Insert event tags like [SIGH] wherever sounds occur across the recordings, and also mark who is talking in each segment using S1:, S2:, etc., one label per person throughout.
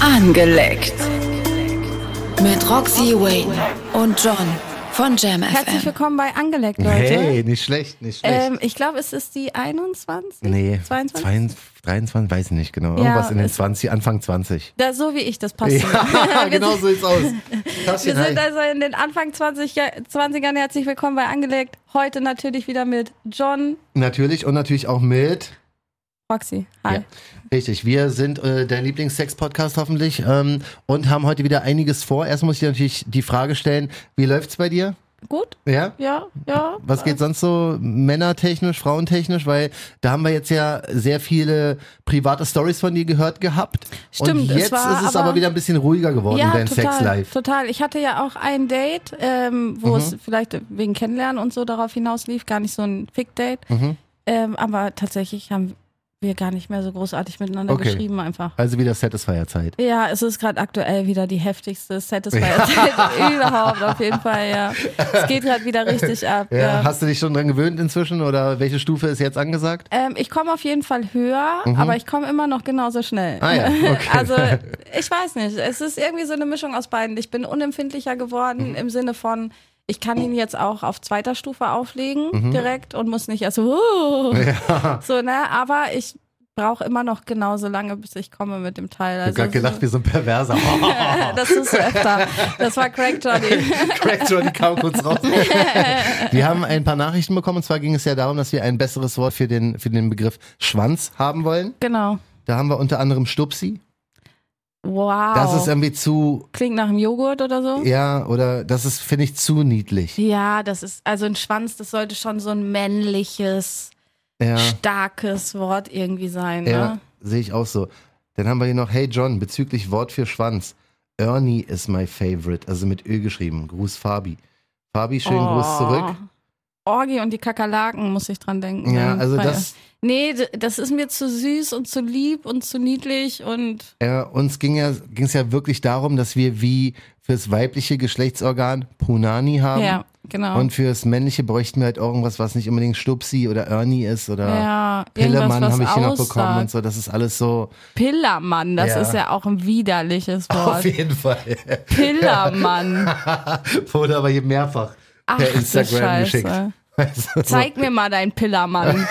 S1: Angeleckt. Mit Roxy Wayne und John von Jam
S2: Herzlich
S1: FM.
S2: willkommen bei Angeleckt, Leute.
S3: Hey, nicht schlecht, nicht schlecht.
S2: Ähm, ich glaube, es ist die 21.
S3: nee,
S2: 22.
S3: 22? 23, weiß ich nicht genau. Irgendwas in den
S2: es-
S3: 20, Anfang 20.
S2: Da, so wie ich, das passt. zu mir.
S3: [LAUGHS]
S2: [LAUGHS]
S3: Ja,
S2: wir
S3: genau
S2: sind, [LAUGHS]
S3: so sieht's aus.
S2: wir
S3: Taschen,
S2: sind
S3: hi.
S2: also in den Anfang 20, Ja- 20ern. Herzlich willkommen bei Angeleckt. Heute natürlich wieder mit John
S3: Natürlich und natürlich auch mit.
S2: Roxy. Hi.
S3: Ja. Richtig, wir sind äh, der Lieblings-Sex-Podcast hoffentlich ähm, und haben heute wieder einiges vor. Erst muss ich dir natürlich die Frage stellen, wie läuft's bei dir?
S2: Gut?
S3: Ja?
S2: Ja, ja.
S3: Was geht sonst so männertechnisch, frauentechnisch? Weil da haben wir jetzt ja sehr viele private Stories von dir gehört gehabt.
S2: Stimmt,
S3: und
S2: es
S3: jetzt
S2: war
S3: ist es aber,
S2: aber-
S3: wieder ein bisschen ruhiger geworden,
S2: ja,
S3: dein
S2: total,
S3: Sex-Life.
S2: total. Ich hatte ja auch ein Date, ähm, wo
S3: Mhm.
S2: es vielleicht wegen Kennenlernen und so darauf hinaus lief, gar nicht so ein Fick-Date.
S3: Mhm.
S2: Ähm, aber tatsächlich haben wir gar nicht mehr so großartig miteinander
S3: Okay.
S2: geschrieben einfach.
S3: Also wieder Satisfier-Zeit.
S2: Ja, es ist gerade aktuell wieder die heftigste Satisfier-Zeit [LAUGHS] überhaupt, auf jeden Fall, ja. Es geht gerade wieder richtig ab.
S3: Ja,
S2: Ja.
S3: Hast du dich schon dran gewöhnt inzwischen oder welche Stufe ist jetzt angesagt?
S2: Ähm, ich komme auf jeden Fall höher, aber ich komme immer noch genauso schnell.
S3: Mhm. Ah
S2: [LAUGHS]
S3: ja, okay.
S2: Also, ich weiß nicht. Es ist irgendwie so eine Mischung aus beiden. Ich bin unempfindlicher geworden
S3: Mhm.
S2: im Sinne von, ich kann ihn jetzt auch auf zweiter Stufe auflegen
S3: Mhm.
S2: direkt und muss nicht erst so,
S3: [LAUGHS]
S2: uh, so, ne? Aber ich brauche immer noch genauso lange, bis ich komme mit dem Teil.
S3: Ich
S2: Also,
S3: hab gerade gedacht, wie so
S2: [LAUGHS]
S3: ein Perverser. [LAUGHS]
S2: das ist öfter. Das war Craig Johnny.
S3: Craig Johnny kam
S2: [LAUGHS]
S3: kurz raus. Wir haben ein paar Nachrichten bekommen und zwar ging es ja darum, dass wir ein besseres Wort für den, für den Begriff Schwanz haben wollen.
S2: Genau.
S3: Da haben wir unter anderem Stupsi.
S2: Wow.
S3: Das ist irgendwie zu,
S2: Klingt nach einem Joghurt oder so?
S3: ja, oder das ist, finde ich, zu niedlich.
S2: Ja, das ist, also ein Schwanz, das sollte schon so ein männliches,
S3: Ja,
S2: starkes Wort irgendwie sein. Ne?
S3: ja sehe ich auch so. Dann haben wir hier noch, hey John, bezüglich Wort für Schwanz. Ernie is my favorite, also mit Ö geschrieben. Gruß Fabi. Fabi, schönen
S2: Oh,
S3: Gruß zurück.
S2: Orgi und die Kakerlaken, muss ich dran denken.
S3: Ja,
S2: ne?
S3: also
S2: Weil-
S3: das,
S2: Nee, d- das ist mir zu süß und zu lieb und zu niedlich und.
S3: äh, uns ging ja, ging's ja wirklich darum, dass wir wie fürs weibliche Geschlechtsorgan Punani haben.
S2: ja, genau.
S3: Und fürs männliche bräuchten wir halt auch irgendwas, was nicht unbedingt Stupsi oder Ernie ist oder
S2: ja, irgendwas,
S3: Pillemann
S2: was
S3: habe ich hier noch bekommen und
S2: aussagt.
S3: so. Das ist alles so.
S2: Pillermann, das
S3: Ja.
S2: ist ja auch ein widerliches
S3: [LAUGHS] Auf
S2: Wort.
S3: jeden Fall. [LAUGHS]
S2: Pillermann.
S3: Wurde aber hier mehrfach
S2: Ach,
S3: per
S2: du
S3: Instagram geschickt. Also,
S2: Scheiße.
S3: Weißt du, so.
S2: Zeig mir mal deinen
S3: [LAUGHS]
S2: Pillermann.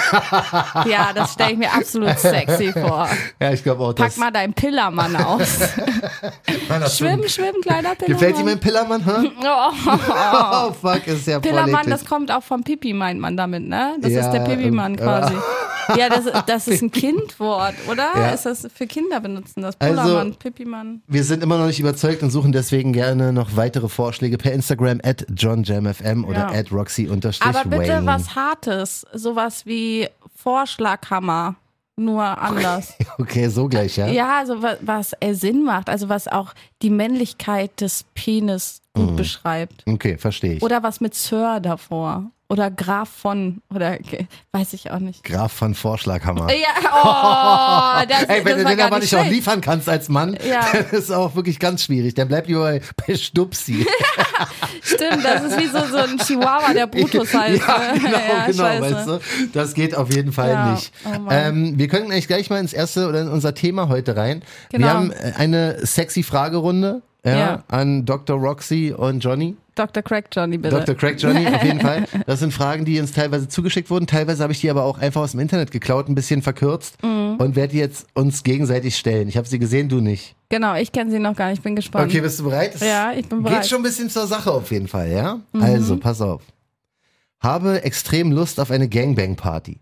S2: ja, das stelle ich mir absolut sexy vor.
S3: Ja, ich glaube auch,
S2: Pack
S3: das
S2: mal deinen Pillermann
S3: [LAUGHS]
S2: aus.
S3: Mann, das
S2: schwimm, schwimm, kleiner Pillermann.
S3: Gefällt dir mein Pillermann, hä?
S2: [LAUGHS] Oh,
S3: [LAUGHS] Oh, fuck, ist ja voll
S2: Pillermann,
S3: eklig.
S2: das kommt auch vom Pipi, meint man damit, ne? Das
S3: Ja,
S2: ist der Pipi-Mann
S3: ähm, [LAUGHS]
S2: quasi. Ja, das, das ist ein Kindwort, oder?
S3: Ja.
S2: Ist das für Kinder benutzen, das
S3: Also-
S2: Pillermann, Pipi-Mann?
S3: Wir sind immer noch nicht überzeugt und suchen deswegen gerne noch weitere Vorschläge per Instagram at johnjamfm oder
S2: Ja.
S3: at roxy-wayne.
S2: Aber bitte was Hartes, sowas wie Vorschlaghammer, nur anders.
S3: [LAUGHS] Okay, so gleich, ja?
S2: Ja, also was, was äh, Sinn macht, also was auch die Männlichkeit des Penis gut
S3: Mhm.
S2: beschreibt.
S3: Okay, verstehe ich.
S2: Oder was mit Sir davor. Oder Graf von, oder ge- weiß ich auch nicht.
S3: Graf von Vorschlaghammer.
S2: Ja, oh, das,
S3: [LAUGHS] Ey,
S2: das
S3: wenn du
S2: war
S3: den
S2: gar
S3: aber
S2: nicht
S3: nicht auch
S2: schlecht.
S3: liefern kannst als Mann,
S2: Ja.
S3: [LAUGHS] dann ist auch wirklich ganz schwierig. Dann bleib lieber bei, bei Stupsi.
S2: Stimmt, das ist wie so, so ein Chihuahua, der Brutus heißt.
S3: [LAUGHS] ja,
S2: ne?
S3: genau,
S2: [LAUGHS] Ja,
S3: genau,
S2: scheiße.
S3: weißt du? Das geht auf jeden Fall
S2: Ja,
S3: nicht.
S2: oh Mann.
S3: ähm, wir können eigentlich gleich mal ins erste oder in unser Thema heute rein.
S2: Genau.
S3: Wir haben äh, eine sexy Fragerunde ja,
S2: Ja.
S3: an Dr. Roxy und Johnny.
S2: Dr. Crack Johnny, bitte.
S3: Dr. Craig Johnny, auf
S2: [LAUGHS]
S3: jeden Fall. Das sind Fragen, die uns teilweise zugeschickt wurden. Teilweise habe ich die aber auch einfach aus dem Internet geklaut, ein bisschen verkürzt
S2: Mhm.
S3: und werde die jetzt uns gegenseitig stellen. Ich habe sie gesehen, du nicht.
S2: genau, ich kenne sie noch gar nicht, bin gespannt.
S3: Okay, bist du bereit? Es
S2: Ja, ich bin bereit. Mhm.
S3: Geht schon ein bisschen zur Sache auf jeden Fall, ja? Also, pass auf. Habe extrem Lust auf eine Gangbang-Party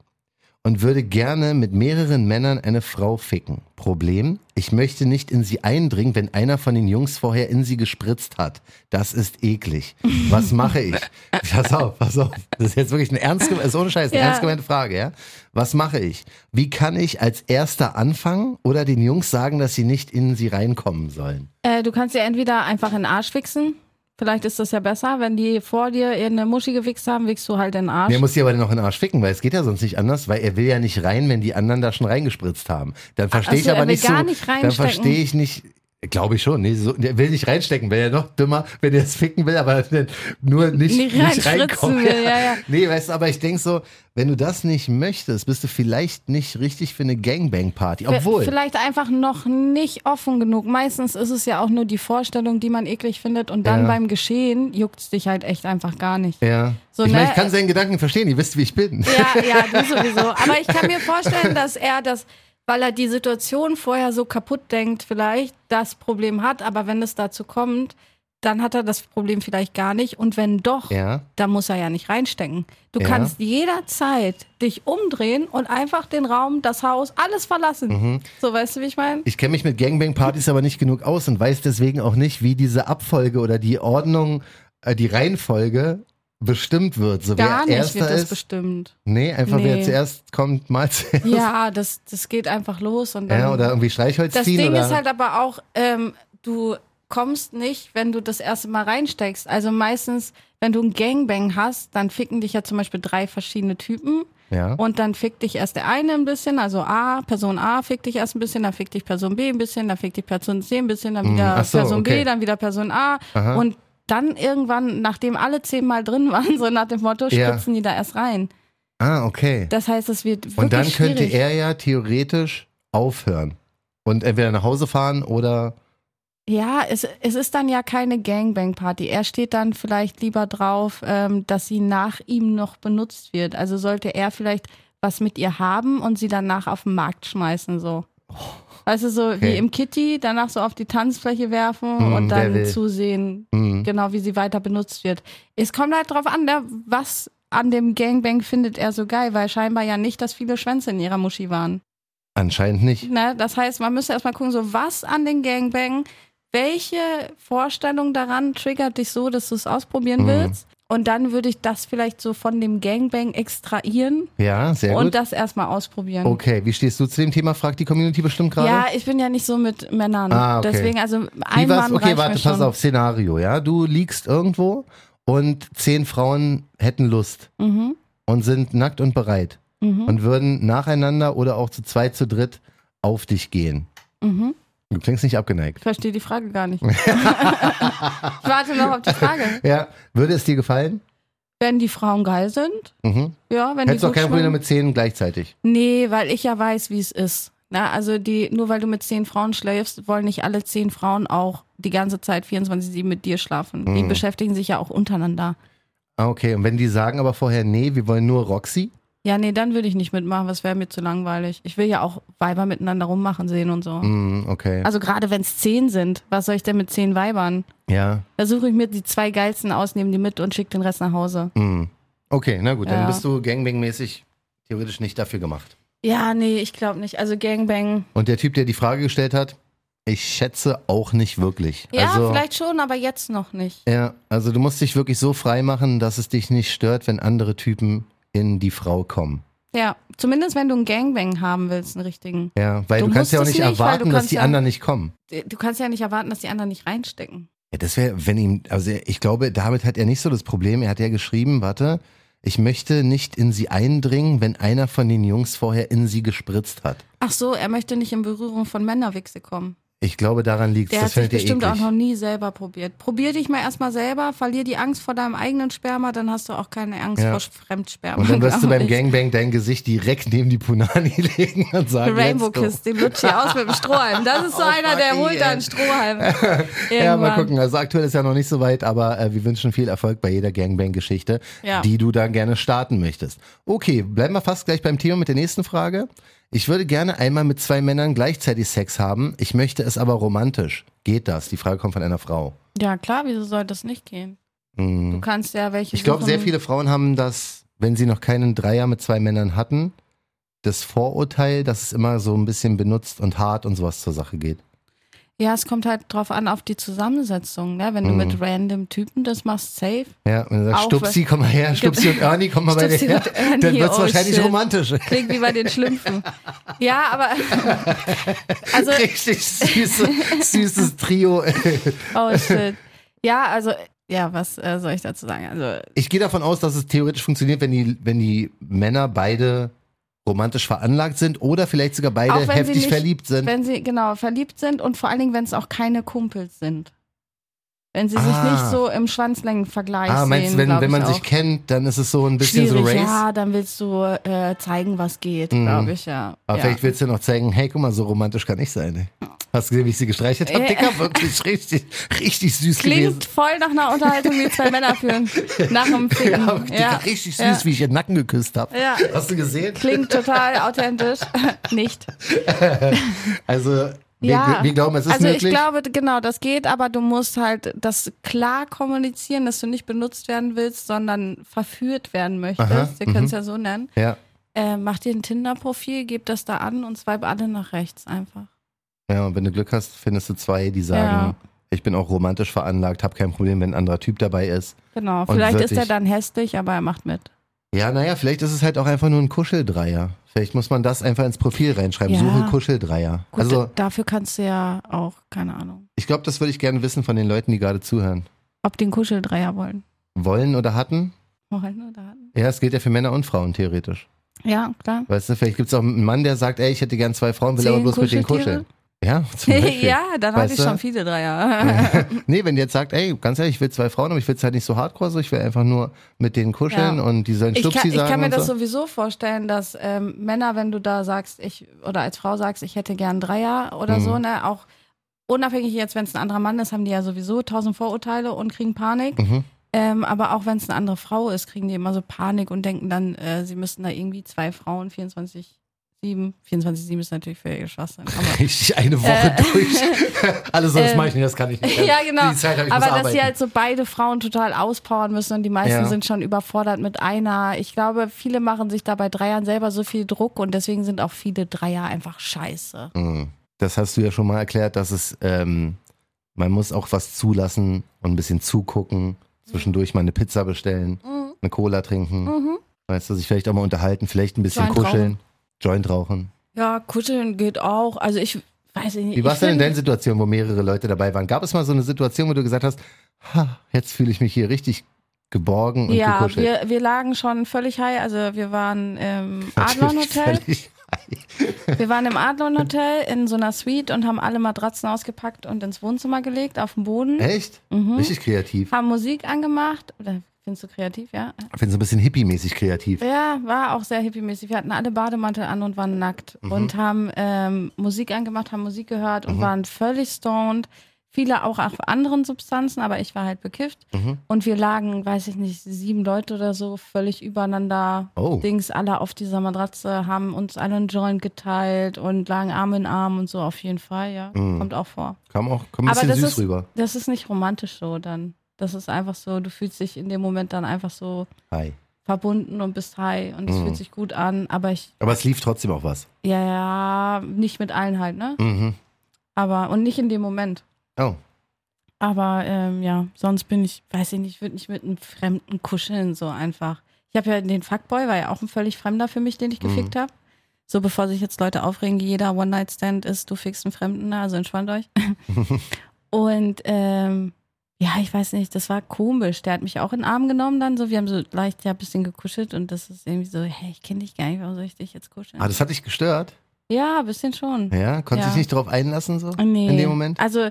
S3: und würde gerne mit mehreren Männern eine Frau ficken. Problem, ich möchte nicht in sie eindringen, wenn einer von den Jungs vorher in sie gespritzt hat. Das ist eklig. Was
S2: [LAUGHS]
S3: mache ich? pass auf, pass auf. Das ist jetzt wirklich eine ernst, geme- ist ohne Scheiß, eine
S2: Ja.
S3: ernst gemeinte Frage, ja? Was mache ich? Wie kann ich als Erster anfangen oder den Jungs sagen, dass sie nicht in sie reinkommen sollen?
S2: Äh, du kannst dir entweder einfach in den Arsch wichsen. Vielleicht ist das ja besser. Wenn die vor dir in eine Muschi gewichst haben, wichst du halt in den Arsch.
S3: Der muss sie aber noch in den Arsch ficken, weil es geht ja sonst nicht anders, weil er will ja nicht rein, wenn die anderen da schon reingespritzt haben. Dann verstehe
S2: Ach so,
S3: ich aber
S2: er will
S3: nicht
S2: gar
S3: so.
S2: nicht
S3: dann
S2: reinstecken.
S3: verstehe ich nicht. Glaube ich schon. Nee, so, der will nicht reinstecken, wäre ja noch dümmer, wenn er es ficken will, aber dann nur nicht,
S2: Nicht
S3: nicht,
S2: reinschritzen
S3: reinkommt.
S2: will, ja, ja.
S3: Nee, weißt du, aber ich denke so, wenn du das nicht möchtest, bist du vielleicht nicht richtig für eine Gangbang-Party. Obwohl.
S2: Vielleicht einfach noch nicht offen genug. Meistens ist es ja auch nur die Vorstellung, die man eklig findet und dann
S3: Ja.
S2: beim Geschehen juckt es dich halt echt einfach gar nicht.
S3: Ja.
S2: So,
S3: ich meine,
S2: ne,
S3: ich kann
S2: äh,
S3: seinen Gedanken verstehen, ihr wisst, wie ich bin.
S2: Ja, ja, du sowieso. Aber ich kann mir vorstellen, dass er das, weil er die Situation vorher so kaputt denkt, vielleicht das Problem hat. Aber wenn es dazu kommt, dann hat er das Problem vielleicht gar nicht. Und wenn doch,
S3: Ja.
S2: dann muss er ja nicht reinstecken. Du
S3: Ja.
S2: kannst jederzeit dich umdrehen und einfach den Raum, das Haus, alles verlassen.
S3: Mhm.
S2: So, weißt du, wie ich meine?
S3: Ich kenne mich mit Gangbang-Partys aber nicht genug aus und weiß deswegen auch nicht, wie diese Abfolge oder die Ordnung, äh, die Reihenfolge bestimmt wird. So
S2: Gar
S3: wer
S2: nicht wird
S3: erster
S2: das
S3: ist.
S2: bestimmt.
S3: Nee, einfach wer
S2: Nee.
S3: zuerst kommt, mal [LAUGHS] zuerst.
S2: Ja, das, das geht einfach los und dann.
S3: Ja, oder irgendwie Streichholz
S2: Das
S3: ziehen
S2: Ding
S3: oder
S2: ist halt aber auch, ähm, du kommst nicht, wenn du das erste Mal reinsteckst. Also meistens, wenn du ein Gangbang hast, dann ficken dich ja zum Beispiel drei verschiedene Typen.
S3: ja.
S2: Und dann fickt dich erst der eine ein bisschen, also A, Person A fickt dich erst ein bisschen, dann fickt dich Person B ein bisschen, dann fickt dich Person C ein bisschen, dann wieder
S3: Mhm. ach so,
S2: Person B,
S3: okay.
S2: dann wieder Person A. Und dann irgendwann, nachdem alle zehnmal drin waren, [LAUGHS] so nach dem Motto,
S3: Ja.
S2: spritzen die da erst rein.
S3: Ah, okay.
S2: Das heißt, es wird wirklich
S3: Und dann könnte
S2: schwierig.
S3: er ja theoretisch aufhören und entweder nach Hause fahren oder
S2: Ja, es, es ist dann ja keine Gangbang-Party. Er steht dann vielleicht lieber drauf, ähm, dass sie nach ihm noch benutzt wird. Also sollte er vielleicht was mit ihr haben und sie danach auf den Markt schmeißen, so. Weißt du, so wie
S3: Oh. Okay.
S2: im Kitty, danach so auf die Tanzfläche werfen
S3: Hm,
S2: und
S3: wer
S2: dann
S3: will.
S2: zusehen,
S3: hm,
S2: genau wie sie weiter benutzt wird. Es kommt halt drauf an, ne, was an dem Gangbang findet er so geil, weil scheinbar ja nicht, dass viele Schwänze in ihrer Muschi waren.
S3: anscheinend nicht.
S2: Ne? Das heißt, man müsste erstmal gucken, so was an den Gangbang, welche Vorstellung daran triggert dich so, dass du es ausprobieren
S3: Mhm.
S2: willst. Und dann würde ich das vielleicht so von dem Gangbang extrahieren
S3: Ja, sehr
S2: und
S3: gut.
S2: das erstmal ausprobieren.
S3: Okay, wie stehst du zu dem Thema? Fragt die Community bestimmt gerade.
S2: Ja, ich bin ja nicht so mit Männern.
S3: Ah, okay.
S2: Deswegen, also
S3: Wie
S2: ein
S3: war's?
S2: Mann
S3: Okay,
S2: reicht
S3: warte,
S2: mir
S3: pass
S2: schon.
S3: auf, Szenario, ja. Du liegst irgendwo und zehn Frauen hätten Lust
S2: Mhm.
S3: und sind nackt und bereit und würden nacheinander oder auch zu zweit, zu dritt auf dich gehen.
S2: Mhm.
S3: Du klingst nicht abgeneigt.
S2: Ich verstehe die Frage gar
S3: [LAUGHS]
S2: nicht. ich warte noch auf die Frage.
S3: Ja, würde es dir gefallen?
S2: Wenn die Frauen geil sind,
S3: Mhm.
S2: ja, wenn
S3: Hättest
S2: die
S3: du auch
S2: gut
S3: kein Problem
S2: schwimmen.
S3: mit zehn gleichzeitig.
S2: Nee, weil ich ja weiß, wie es ist. Na, also die, nur weil du mit zehn Frauen schläfst, wollen nicht alle zehn Frauen auch die ganze Zeit 24-7 mit dir schlafen.
S3: Mhm.
S2: Die beschäftigen sich ja auch untereinander.
S3: Ah, okay. Und wenn die sagen aber vorher, nee, wir wollen nur Roxy,
S2: Ja, nee, dann würde ich nicht mitmachen, was wäre mir zu langweilig. Ich will ja auch Weiber miteinander rummachen sehen und so.
S3: mhm, okay.
S2: Also gerade wenn es zehn sind, was soll ich denn mit zehn Weibern?
S3: ja.
S2: Da suche ich mir die zwei geilsten aus, nehme die mit und schicke den Rest nach Hause.
S3: Mhm. Okay, na gut,
S2: Ja.
S3: dann bist du gangbang-mäßig theoretisch nicht dafür gemacht.
S2: Ja, nee, ich glaube nicht. Also Gangbang.
S3: Und der Typ, der die Frage gestellt hat, ich schätze auch nicht wirklich.
S2: Ja,
S3: also,
S2: vielleicht schon, aber jetzt noch nicht.
S3: Ja, also du musst dich wirklich so frei machen, dass es dich nicht stört, wenn andere Typen in die Frau kommen.
S2: Ja, zumindest wenn du einen Gangbang haben willst, einen richtigen.
S3: Ja, weil
S2: Du
S3: du, kannst ja auch
S2: musst es
S3: nicht
S2: nicht, weil du
S3: erwarten, dass
S2: kannst
S3: die
S2: ja-
S3: anderen nicht kommen.
S2: Äh, du kannst ja nicht erwarten, dass die anderen nicht reinstecken.
S3: Ja, das wäre, wenn ihm, also ich glaube, damit hat er nicht so das Problem. Er hat ja geschrieben, warte, ich möchte nicht in sie eindringen, wenn einer von den Jungs vorher in sie gespritzt hat.
S2: Ach so, er möchte nicht in Berührung von Männerwichse kommen.
S3: Ich glaube, daran liegt
S2: Der
S3: Das
S2: hat sich
S3: findet er
S2: bestimmt auch
S3: eklig.
S2: noch nie selber probiert. Probier dich mal erstmal selber, verlier die Angst vor deinem eigenen Sperma, dann hast du auch keine Angst
S3: Ja.
S2: vor Fremdsperma.
S3: Und dann wirst du
S2: glaub
S3: beim
S2: ich.
S3: Gangbang dein Gesicht direkt neben die Punani [LAUGHS] legen und sagen,
S2: Rainbow
S3: let's go.
S2: Kiss, den lutscht hier aus mit dem Strohhalm. Das [LAUGHS] ist so
S3: Oh,
S2: einer, der
S3: fuck,
S2: holt da einen
S3: ey.
S2: Strohhalm.
S3: [LAUGHS] Ja, mal
S2: Irgendwann.
S3: gucken. Also aktuell ist ja noch nicht so weit, aber äh, wir wünschen viel Erfolg bei jeder Gangbang-Geschichte,
S2: Ja.
S3: die du dann gerne starten möchtest. Okay, bleiben wir fast gleich beim Thema mit der nächsten Frage. Ich würde gerne einmal mit zwei Männern gleichzeitig Sex haben. Ich möchte es aber romantisch. Geht das? Die Frage kommt von einer Frau.
S2: Ja, klar, wieso soll das nicht gehen? Du kannst ja welche.
S3: Hm. Ich glaube,
S2: suchen.
S3: sehr viele Frauen haben das, wenn sie noch keinen Dreier mit zwei Männern hatten, das Vorurteil, dass es immer so ein bisschen benutzt und hart und sowas zur Sache geht.
S2: Ja, es kommt halt drauf an, auf die Zusammensetzung. Ne?
S3: Hm.
S2: Wenn du mit random Typen das machst, safe.
S3: Ja, wenn du sagst,
S2: Auch
S3: Stupsi, komm mal
S2: [LAUGHS]
S3: her, Stupsi und Ernie, komm mal bei dir
S2: Stupsi
S3: her,
S2: und Ernie,
S3: dann wird es
S2: oh
S3: wahrscheinlich
S2: shit.
S3: romantisch.
S2: Klingt wie bei den Schlümpfen. Ja,
S3: [LAUGHS]
S2: aber. [LAUGHS] Also,
S3: Richtig süße, süßes Trio.
S2: oh shit. Ja, also, ja, was äh, soll ich dazu sagen? Also,
S3: Ich gehe davon aus, dass es theoretisch funktioniert, wenn die, wenn die Männer beide romantisch veranlagt sind oder vielleicht sogar beide heftig
S2: nicht-
S3: verliebt sind.
S2: Wenn sie, genau, verliebt sind und vor allen Dingen, wenn es auch keine Kumpels sind. Wenn sie sich
S3: Ah.
S2: nicht so im Schwanzlängenvergleich
S3: Ah, meinst
S2: sehen,
S3: du, wenn,
S2: glaub
S3: wenn
S2: ich
S3: man
S2: auch.
S3: sich kennt, dann ist es so ein bisschen so
S2: Schwierig,
S3: Race?
S2: Ja, dann willst du äh, zeigen, was geht,
S3: Mhm.
S2: glaube ich, ja.
S3: Aber
S2: ja.
S3: vielleicht willst du noch zeigen, hey, guck mal, so romantisch kann ich sein. ey. Hast du gesehen, wie ich sie gestreichelt habe?
S2: Äh.
S3: Dicker, wirklich richtig, richtig süß gewesen.
S2: Klingt voll nach einer Unterhaltung, die zwei Männer führen. Nach dem Ficken.
S3: [LAUGHS] Ja,
S2: Ja,
S3: Dicker,
S2: ja.
S3: richtig süß, wie ich ihren Nacken geküsst habe.
S2: Ja.
S3: Hast du gesehen?
S2: Klingt total authentisch. [LAUGHS] Nicht.
S3: Also, wir,
S2: Ja.
S3: wir glauben, es ist
S2: also
S3: möglich.
S2: ich glaube, genau, das geht, aber du musst halt das klar kommunizieren, dass du nicht benutzt werden willst, sondern verführt werden möchtest.
S3: Aha, mhm.
S2: Wir können es ja so nennen.
S3: ja,
S2: Äh, mach dir ein Tinder-Profil, gib das da an und swipe alle nach rechts einfach.
S3: ja, und wenn du Glück hast, findest du zwei, die sagen, ich bin auch romantisch veranlagt, habe kein Problem, wenn ein anderer Typ dabei ist.
S2: Genau.
S3: Und
S2: Vielleicht ist
S3: wirklich-
S2: er dann hässlich, aber er macht mit.
S3: Ja, naja, vielleicht ist es halt auch einfach nur ein Kuscheldreier. Vielleicht muss man das einfach ins Profil reinschreiben.
S2: Ja.
S3: Suche Kuscheldreier.
S2: Gut,
S3: also,
S2: dafür kannst du ja auch, keine Ahnung,
S3: ich glaube, das würde ich gerne wissen von den Leuten, die gerade zuhören.
S2: ob den Kuscheldreier wollen.
S3: Wollen oder hatten?
S2: Wollen oder hatten.
S3: Ja, es gilt ja für Männer und Frauen theoretisch.
S2: Ja, klar.
S3: Weißt du, vielleicht gibt es auch einen Mann, der sagt, ey, ich hätte gern zwei Frauen, will aber
S2: Zehn
S3: bloß mit denen kuscheln.
S2: Kuscheltiere?
S3: Ja, [LAUGHS]
S2: [LAUGHS]
S3: zum Beispiel.
S2: ja, dann
S3: Weißt
S2: hatte ich
S3: du?
S2: schon viele Dreier.
S3: Nee, wenn die jetzt sagt, ey, ganz ehrlich, ich will zwei Frauen, aber ich will es halt nicht so hardcore, so ich will einfach nur mit denen kuscheln
S2: Ja.
S3: und die sollen
S2: Ich
S3: Stupsi
S2: kann, ich
S3: sagen
S2: kann mir
S3: und
S2: das
S3: so.
S2: sowieso vorstellen, dass ähm, Männer, wenn du da sagst, ich oder als Frau sagst, ich hätte gern Dreier oder so,
S3: Mhm.
S2: ne, auch unabhängig jetzt, wenn es ein anderer Mann ist, haben die ja sowieso tausend Vorurteile und kriegen Panik.
S3: Mhm.
S2: Ähm, aber auch wenn es eine andere Frau ist, kriegen die immer so Panik und denken dann, äh, sie müssten da irgendwie zwei Frauen 24 7 24 7 ist natürlich für ihr Geschwachsinn. Aber
S3: Richtig eine Woche
S2: [LAUGHS]
S3: durch. Alles sonst
S2: Äh. ähm,
S3: mache ich nicht, das kann ich nicht.
S2: Ja, genau.
S3: Die Zeit habe ich muss
S2: Aber dass
S3: arbeiten.
S2: sie halt so beide Frauen total auspowern müssen und die meisten
S3: Ja.
S2: sind schon überfordert mit einer. Ich glaube, viele machen sich da bei Dreiern selber so viel Druck und deswegen sind auch viele Dreier einfach scheiße.
S3: Mhm. Das hast du ja schon mal erklärt, dass es, ähm, man muss auch was zulassen und ein bisschen zugucken, zwischendurch mal eine Pizza bestellen,
S2: Mm.
S3: eine Cola trinken,
S2: Mhm.
S3: weißt du, sich vielleicht auch mal unterhalten, vielleicht ein bisschen
S2: Joint
S3: kuscheln, Joint rauchen.
S2: Ja, kuscheln geht auch. Also ich weiß nicht.
S3: Wie war es denn in deinen Situationen, wo mehrere Leute dabei waren? Gab es mal so eine Situation, wo du gesagt hast, ha, jetzt fühle ich mich hier richtig geborgen und
S2: ja,
S3: gekuschelt?
S2: wir, wir lagen schon völlig high. Also wir waren im
S3: [LAUGHS] Natürlich
S2: Adlon Hotel.
S3: völlig-
S2: Wir waren im Adlon Hotel in so einer Suite und haben alle Matratzen ausgepackt und ins Wohnzimmer gelegt, auf den Boden.
S3: Echt?
S2: Mhm.
S3: Richtig kreativ.
S2: Haben Musik angemacht. Oder findest du kreativ, ja?
S3: Ich finde so ein bisschen hippie-mäßig kreativ.
S2: Ja, war auch sehr hippiemäßig. Wir hatten alle Bademantel an und waren nackt
S3: Mhm.
S2: und haben ähm, Musik angemacht, haben Musik gehört und waren völlig stoned. Viele auch auf anderen Substanzen, aber ich war halt bekifft.
S3: Mhm.
S2: Und wir lagen, weiß ich nicht, sieben Leute oder so, völlig übereinander.
S3: Oh.
S2: Dings alle auf dieser Matratze, haben uns alle einen Joint geteilt und lagen Arm in Arm und so auf jeden Fall, ja. Kommt auch vor.
S3: Kam auch kam Mhm. ein
S2: Aber
S3: bisschen
S2: das
S3: süß
S2: ist,
S3: rüber.
S2: das ist nicht romantisch so dann. Das ist einfach so, du fühlst dich in dem Moment dann einfach so
S3: Hi.
S2: verbunden und bist high und es fühlt sich gut an, aber ich,
S3: Aber es lief trotzdem auch was.
S2: ja, ja, nicht mit allen halt, ne?
S3: Mhm.
S2: Aber, und nicht in dem Moment.
S3: Oh.
S2: Aber ähm, ja, sonst bin ich, weiß ich nicht, würde nicht mit einem Fremden kuscheln, so einfach. Ich habe ja den Fuckboy, war ja auch ein völlig Fremder für mich, den
S3: Mhm.
S2: ich gefickt habe. So, bevor sich jetzt Leute aufregen, jeder One-Night-Stand ist, du fickst einen Fremden, na, also entspannt
S3: [LAUGHS]
S2: euch. und ähm, ja, ich weiß nicht, das war komisch. Der hat mich auch in den Arm genommen dann so. Wir haben so leicht ja ein bisschen gekuschelt und das ist irgendwie so, hey, ich kenne dich gar nicht, warum soll ich dich jetzt kuscheln?
S3: Ah, das hat dich gestört?
S2: ja, ein bisschen schon.
S3: Ja?
S2: Ja.
S3: Konntest du dich nicht drauf einlassen so?
S2: Nee.
S3: In dem Moment?
S2: Also,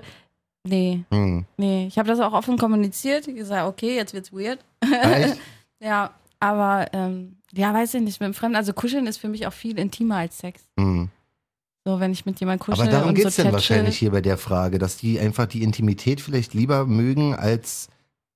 S2: nee, [LAUGHS]
S3: Mhm.
S2: nee. Ich habe das auch offen kommuniziert. gesagt, okay, jetzt wird's weird.
S3: Echt?
S2: Ja, aber ähm, ja, weiß ich nicht. Mit dem Fremden, also kuscheln ist für mich auch viel intimer als Sex.
S3: Mhm.
S2: So, wenn ich mit jemandem kuschel
S3: Aber darum
S2: und
S3: geht
S2: so
S3: es denn
S2: tätschel.
S3: wahrscheinlich hier bei der Frage, dass die einfach die Intimität vielleicht lieber mögen als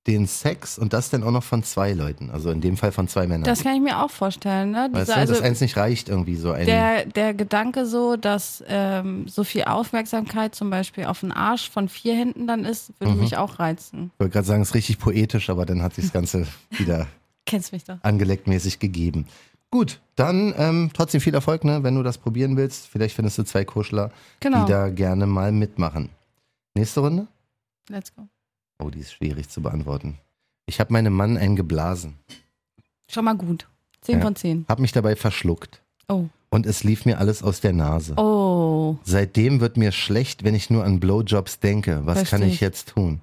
S3: den Sex und das dann auch noch von zwei Leuten. Also in dem Fall von zwei Männern.
S2: Das kann ich mir auch vorstellen. Ne?
S3: weißt
S2: Diese,
S3: du, dass
S2: also
S3: eins nicht reicht irgendwie so ein.
S2: der, der Gedanke so, dass ähm, so viel Aufmerksamkeit zum Beispiel auf den Arsch von vier Händen dann ist, würde
S3: Mhm.
S2: mich auch reizen.
S3: ich wollte gerade sagen, es ist richtig poetisch, aber dann hat sich das Ganze
S2: [LAUGHS]
S3: wieder
S2: Kennst mich doch.
S3: angeleckmäßig gegeben. Gut, dann ähm, trotzdem viel Erfolg, ne, wenn du das probieren willst. Vielleicht findest du zwei Kuschler,
S2: Genau.
S3: die da gerne mal mitmachen. Nächste Runde?
S2: Let's go.
S3: Oh, die ist schwierig zu beantworten. Ich habe meinem Mann einen geblasen,
S2: Schon mal gut. Zehn
S3: Ja.
S2: von zehn.
S3: habe mich dabei verschluckt
S2: Oh.
S3: und es lief mir alles aus der Nase.
S2: Oh.
S3: Seitdem wird mir schlecht, wenn ich nur an Blowjobs denke. Was
S2: Versteh
S3: kann ich
S2: ich.
S3: jetzt tun?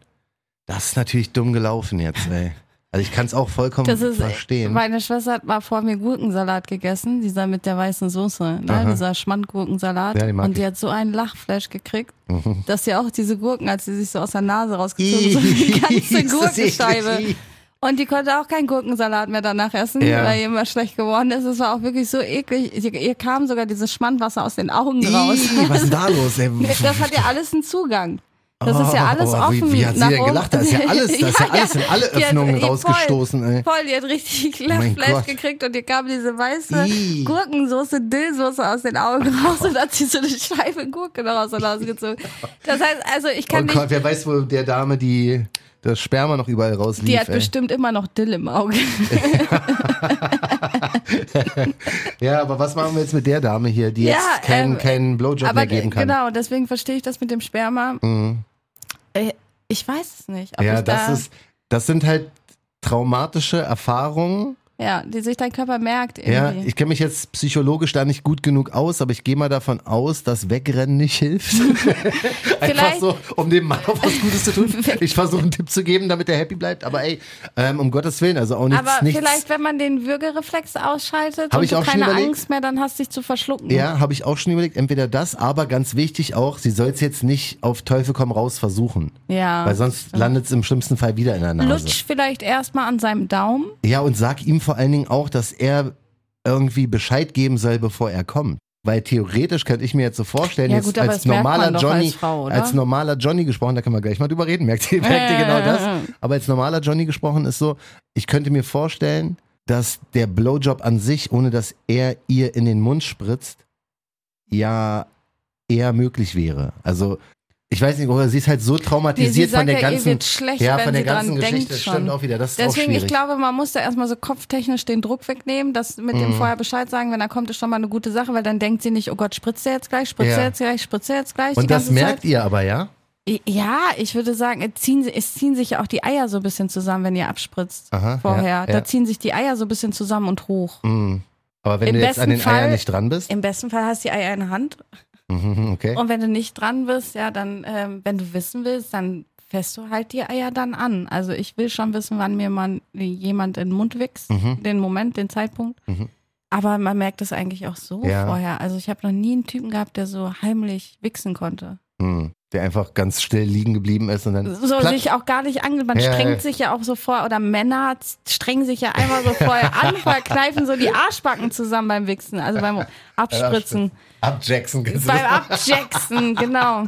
S3: Das ist natürlich dumm gelaufen jetzt, ey. Also ich kann es auch vollkommen
S2: Das ist, äh,
S3: verstehen. [LAUGHS]
S2: meine Schwester hat mal vor mir Gurkensalat gegessen, dieser mit der weißen Soße, ne?
S3: Aha.
S2: dieser Schmandgurkensalat.
S3: Ja, die mag
S2: und die
S3: ich. Mhm.
S2: hat so einen Lachflash gekriegt, dass sie auch diese Gurken, als sie sich so aus der Nase
S3: Ih,
S2: rausgezogen hat, so
S3: [LAUGHS]
S2: die [LAUGHS] ganze
S3: ist das eklig. [LAUGHS]
S2: Gurkenscheibe. Und die konnte auch keinen Gurkensalat mehr danach essen,
S3: Ja.
S2: weil ihr immer schlecht geworden ist. Es war auch wirklich so eklig. Ihr, ihr kam sogar dieses Schmandwasser aus den Augen raus. [LAUGHS]
S3: Ih, was ist denn da los? Ey?
S2: Das hat ja alles einen Zugang. Das ist
S3: Oh,
S2: ja alles
S3: aber
S2: offen.
S3: Wie, wie hat sie
S2: nach
S3: denn
S2: oben.
S3: gelacht? Da
S2: [LAUGHS]
S3: ist ja alles, da ist ja, alles in alle
S2: Die hat-
S3: Öffnungen
S2: die- voll,
S3: Äh, rausgestoßen. Ey. Oh
S2: Voll, die hat richtig
S3: Mein
S2: Lachfleisch
S3: Gott.
S2: gekriegt und ihr kam diese weiße
S3: Ih.
S2: Gurkensoße, Dillsoße aus den Augen raus und hat sie so eine Scheibe Gurke noch aus der Nase gezogen. Das heißt, also ich kann
S3: Und Oh Gott,
S2: nicht,
S3: wer weiß wohl der Dame, die das Sperma noch überall rauslief.
S2: die hat
S3: ey.
S2: bestimmt immer noch Dill im Auge.
S3: Ja, aber was machen wir jetzt mit der Dame hier, die
S2: Ja,
S3: jetzt keinen
S2: ähm,
S3: keinen Blowjob
S2: Aber
S3: mehr geben kann? Mhm.
S2: genau, deswegen verstehe ich das mit dem Sperma. Äh, Ich weiß es nicht. Ob
S3: ja,
S2: ich
S3: das
S2: da,
S3: ist, das sind halt traumatische Erfahrungen.
S2: ja, die sich dein Körper merkt
S3: Ja,
S2: irgendwie.
S3: ich kenne mich jetzt psychologisch da nicht gut genug aus, aber ich gehe mal davon aus, dass Wegrennen nicht hilft. [LAUGHS] Einfach
S2: Vielleicht-
S3: so, um dem Mann auch was Gutes
S2: [LAUGHS]
S3: zu tun. Ich versuche einen Tipp zu geben, damit er happy bleibt. Aber ey, ähm, um Gottes Willen, also auch nichts,
S2: aber
S3: nichts.
S2: vielleicht, wenn man den Würgereflex ausschaltet
S3: Hab
S2: und
S3: ich
S2: du
S3: auch schon
S2: keine
S3: überlegt.
S2: Angst mehr, dann hast dich zu verschlucken.
S3: Ja, habe ich auch schon überlegt. Entweder das, aber ganz wichtig auch, sie soll es jetzt nicht auf Teufel komm raus versuchen.
S2: Ja.
S3: Weil sonst landet es im schlimmsten Fall wieder in der Nase.
S2: Lutsch vielleicht erstmal an seinem Daumen.
S3: Ja, und sag ihm vor allen Dingen auch, dass er irgendwie Bescheid geben soll, bevor er kommt. Weil theoretisch könnte ich mir jetzt so vorstellen,
S2: Ja,
S3: jetzt
S2: gut, aber
S3: als
S2: das merkt
S3: normaler
S2: man doch
S3: Johnny,
S2: als Frau, oder?
S3: normaler Johnny gesprochen, da können wir gleich mal drüber reden, merkt ihr, [LAUGHS] merkt ihr genau das?
S2: Mhm.
S3: Aber als normaler Johnny gesprochen ist so, ich könnte mir vorstellen, dass der Blowjob an sich, ohne dass er ihr in den Mund spritzt, ja eher möglich wäre. Also ich weiß nicht, oder sie ist halt so
S2: Nee, sie
S3: traumatisiert
S2: sagt
S3: von
S2: ja,
S3: der
S2: ihr
S3: ganzen,
S2: wird schlecht,
S3: ja,
S2: wenn
S3: von der
S2: sie dran
S3: ganzen Geschichte.
S2: denkt schon.
S3: Stimmt auch wieder. Das ist auch
S2: Deswegen,
S3: schwierig.
S2: ich glaube, man muss da erstmal so kopftechnisch den Druck wegnehmen, das mit
S3: Mhm.
S2: dem vorher Bescheid sagen, wenn er kommt, ist schon mal eine gute Sache, weil dann denkt sie nicht, oh Gott, spritzt er jetzt gleich, spritzt
S3: Ja.
S2: er jetzt gleich, spritzt er jetzt gleich. die
S3: Und das
S2: ganze
S3: merkt
S2: Zeit.
S3: ihr aber, ja?
S2: I- Ja, ich würde sagen, es ziehen, sie- es ziehen sich ja auch die Eier so ein bisschen zusammen, wenn ihr abspritzt
S3: Aha,
S2: vorher.
S3: ja,
S2: Da
S3: ja. Mhm.
S2: ziehen sich die Eier so ein bisschen zusammen und hoch.
S3: Mm. Aber wenn
S2: Im
S3: du jetzt an
S2: besten
S3: den
S2: Fall-
S3: Eiern nicht dran bist,
S2: Im Oh. besten Fall hast du die Eier in der Hand
S3: mhm, okay.
S2: Und wenn du nicht dran bist, ja, dann, ähm, wenn du wissen willst, dann fährst du halt die Eier dann an. Also ich will schon wissen, wann mir man, jemand in den Mund wächst,
S3: Mhm.
S2: den Moment, den Zeitpunkt. Aber man merkt es eigentlich auch so
S3: Ja.
S2: vorher. Also ich habe noch nie einen Typen gehabt, der so heimlich wichsen konnte.
S3: Mhm. Der einfach ganz still liegen geblieben ist und dann
S2: So
S3: platt.
S2: sich auch gar nicht ange... Man
S3: Ja,
S2: strengt
S3: ja.
S2: sich ja auch so vor, oder Männer z- strengen sich ja einmal so
S3: [LAUGHS]
S2: vorher an, verkneifen so die Arschbacken zusammen beim Wichsen, also
S3: [LAUGHS]
S2: beim Abspritzen.
S3: ab Jackson.
S2: Beim Abjackson, genau.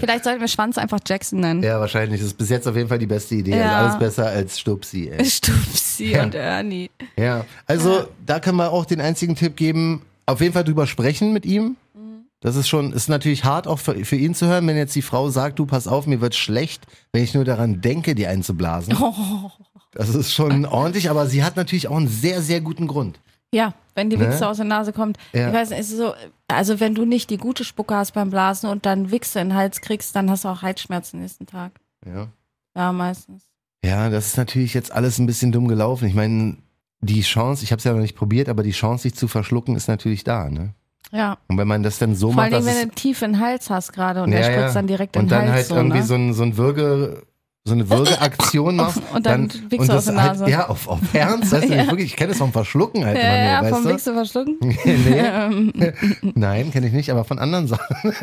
S2: Vielleicht sollten wir Schwanz einfach Jackson nennen.
S3: Ja, wahrscheinlich. Das ist bis jetzt auf jeden Fall die beste Idee.
S2: Ja.
S3: Also alles besser als Stupsi.
S2: [LAUGHS]
S3: Ey.
S2: Stupsi
S3: Ja.
S2: und Ernie.
S3: Ja. Also da kann man auch den einzigen Tipp geben, auf jeden Fall drüber sprechen mit ihm.
S2: Mhm.
S3: Das ist schon, ist natürlich hart auch für, für ihn zu hören, wenn jetzt die Frau sagt, du pass auf, mir wird schlecht, wenn ich nur daran denke, die einzublasen.
S2: Oh.
S3: Das ist schon ordentlich, aber sie hat natürlich auch einen sehr, sehr guten Grund.
S2: Ja, wenn die
S3: Ne?
S2: Wichse aus der Nase kommt.
S3: Ja.
S2: Ich weiß nicht, es ist so, also wenn du nicht die gute Spucke hast beim Blasen und dann Wichse in den Hals kriegst, dann hast du auch Halsschmerzen nächsten Tag.
S3: Ja.
S2: Ja, meistens.
S3: Ja, das ist natürlich jetzt alles ein bisschen dumm gelaufen. Ich meine, die Chance, ich habe es ja noch nicht probiert, aber die Chance, sich zu verschlucken, ist natürlich da. Ne?
S2: Ja.
S3: Und wenn man das dann so
S2: Vor
S3: macht,
S2: allem,
S3: dass
S2: wenn du
S3: es,
S2: tief in den Hals hast gerade und
S3: Ja,
S2: der
S3: ja.
S2: spritzt dann direkt in
S3: und
S2: den
S3: dann
S2: Hals.
S3: halt
S2: so,
S3: irgendwie
S2: ne?
S3: so, ein, so ein Würge, so eine
S2: [LAUGHS]
S3: Würgeaktion machst,
S2: Und dann wickst
S3: und
S2: du aus
S3: das
S2: der
S3: halt-
S2: Nase.
S3: ja, auf, auf Ernst,
S2: [LAUGHS]
S3: weißt du, ich, wirklich, ich kenne das vom Verschlucken halt
S2: ja, ja,
S3: immer nur,
S2: vom
S3: weißt
S2: Wichse verschlucken.
S3: du? [LAUGHS] nee. [LAUGHS] Nein, kenne ich nicht, aber von anderen Sachen.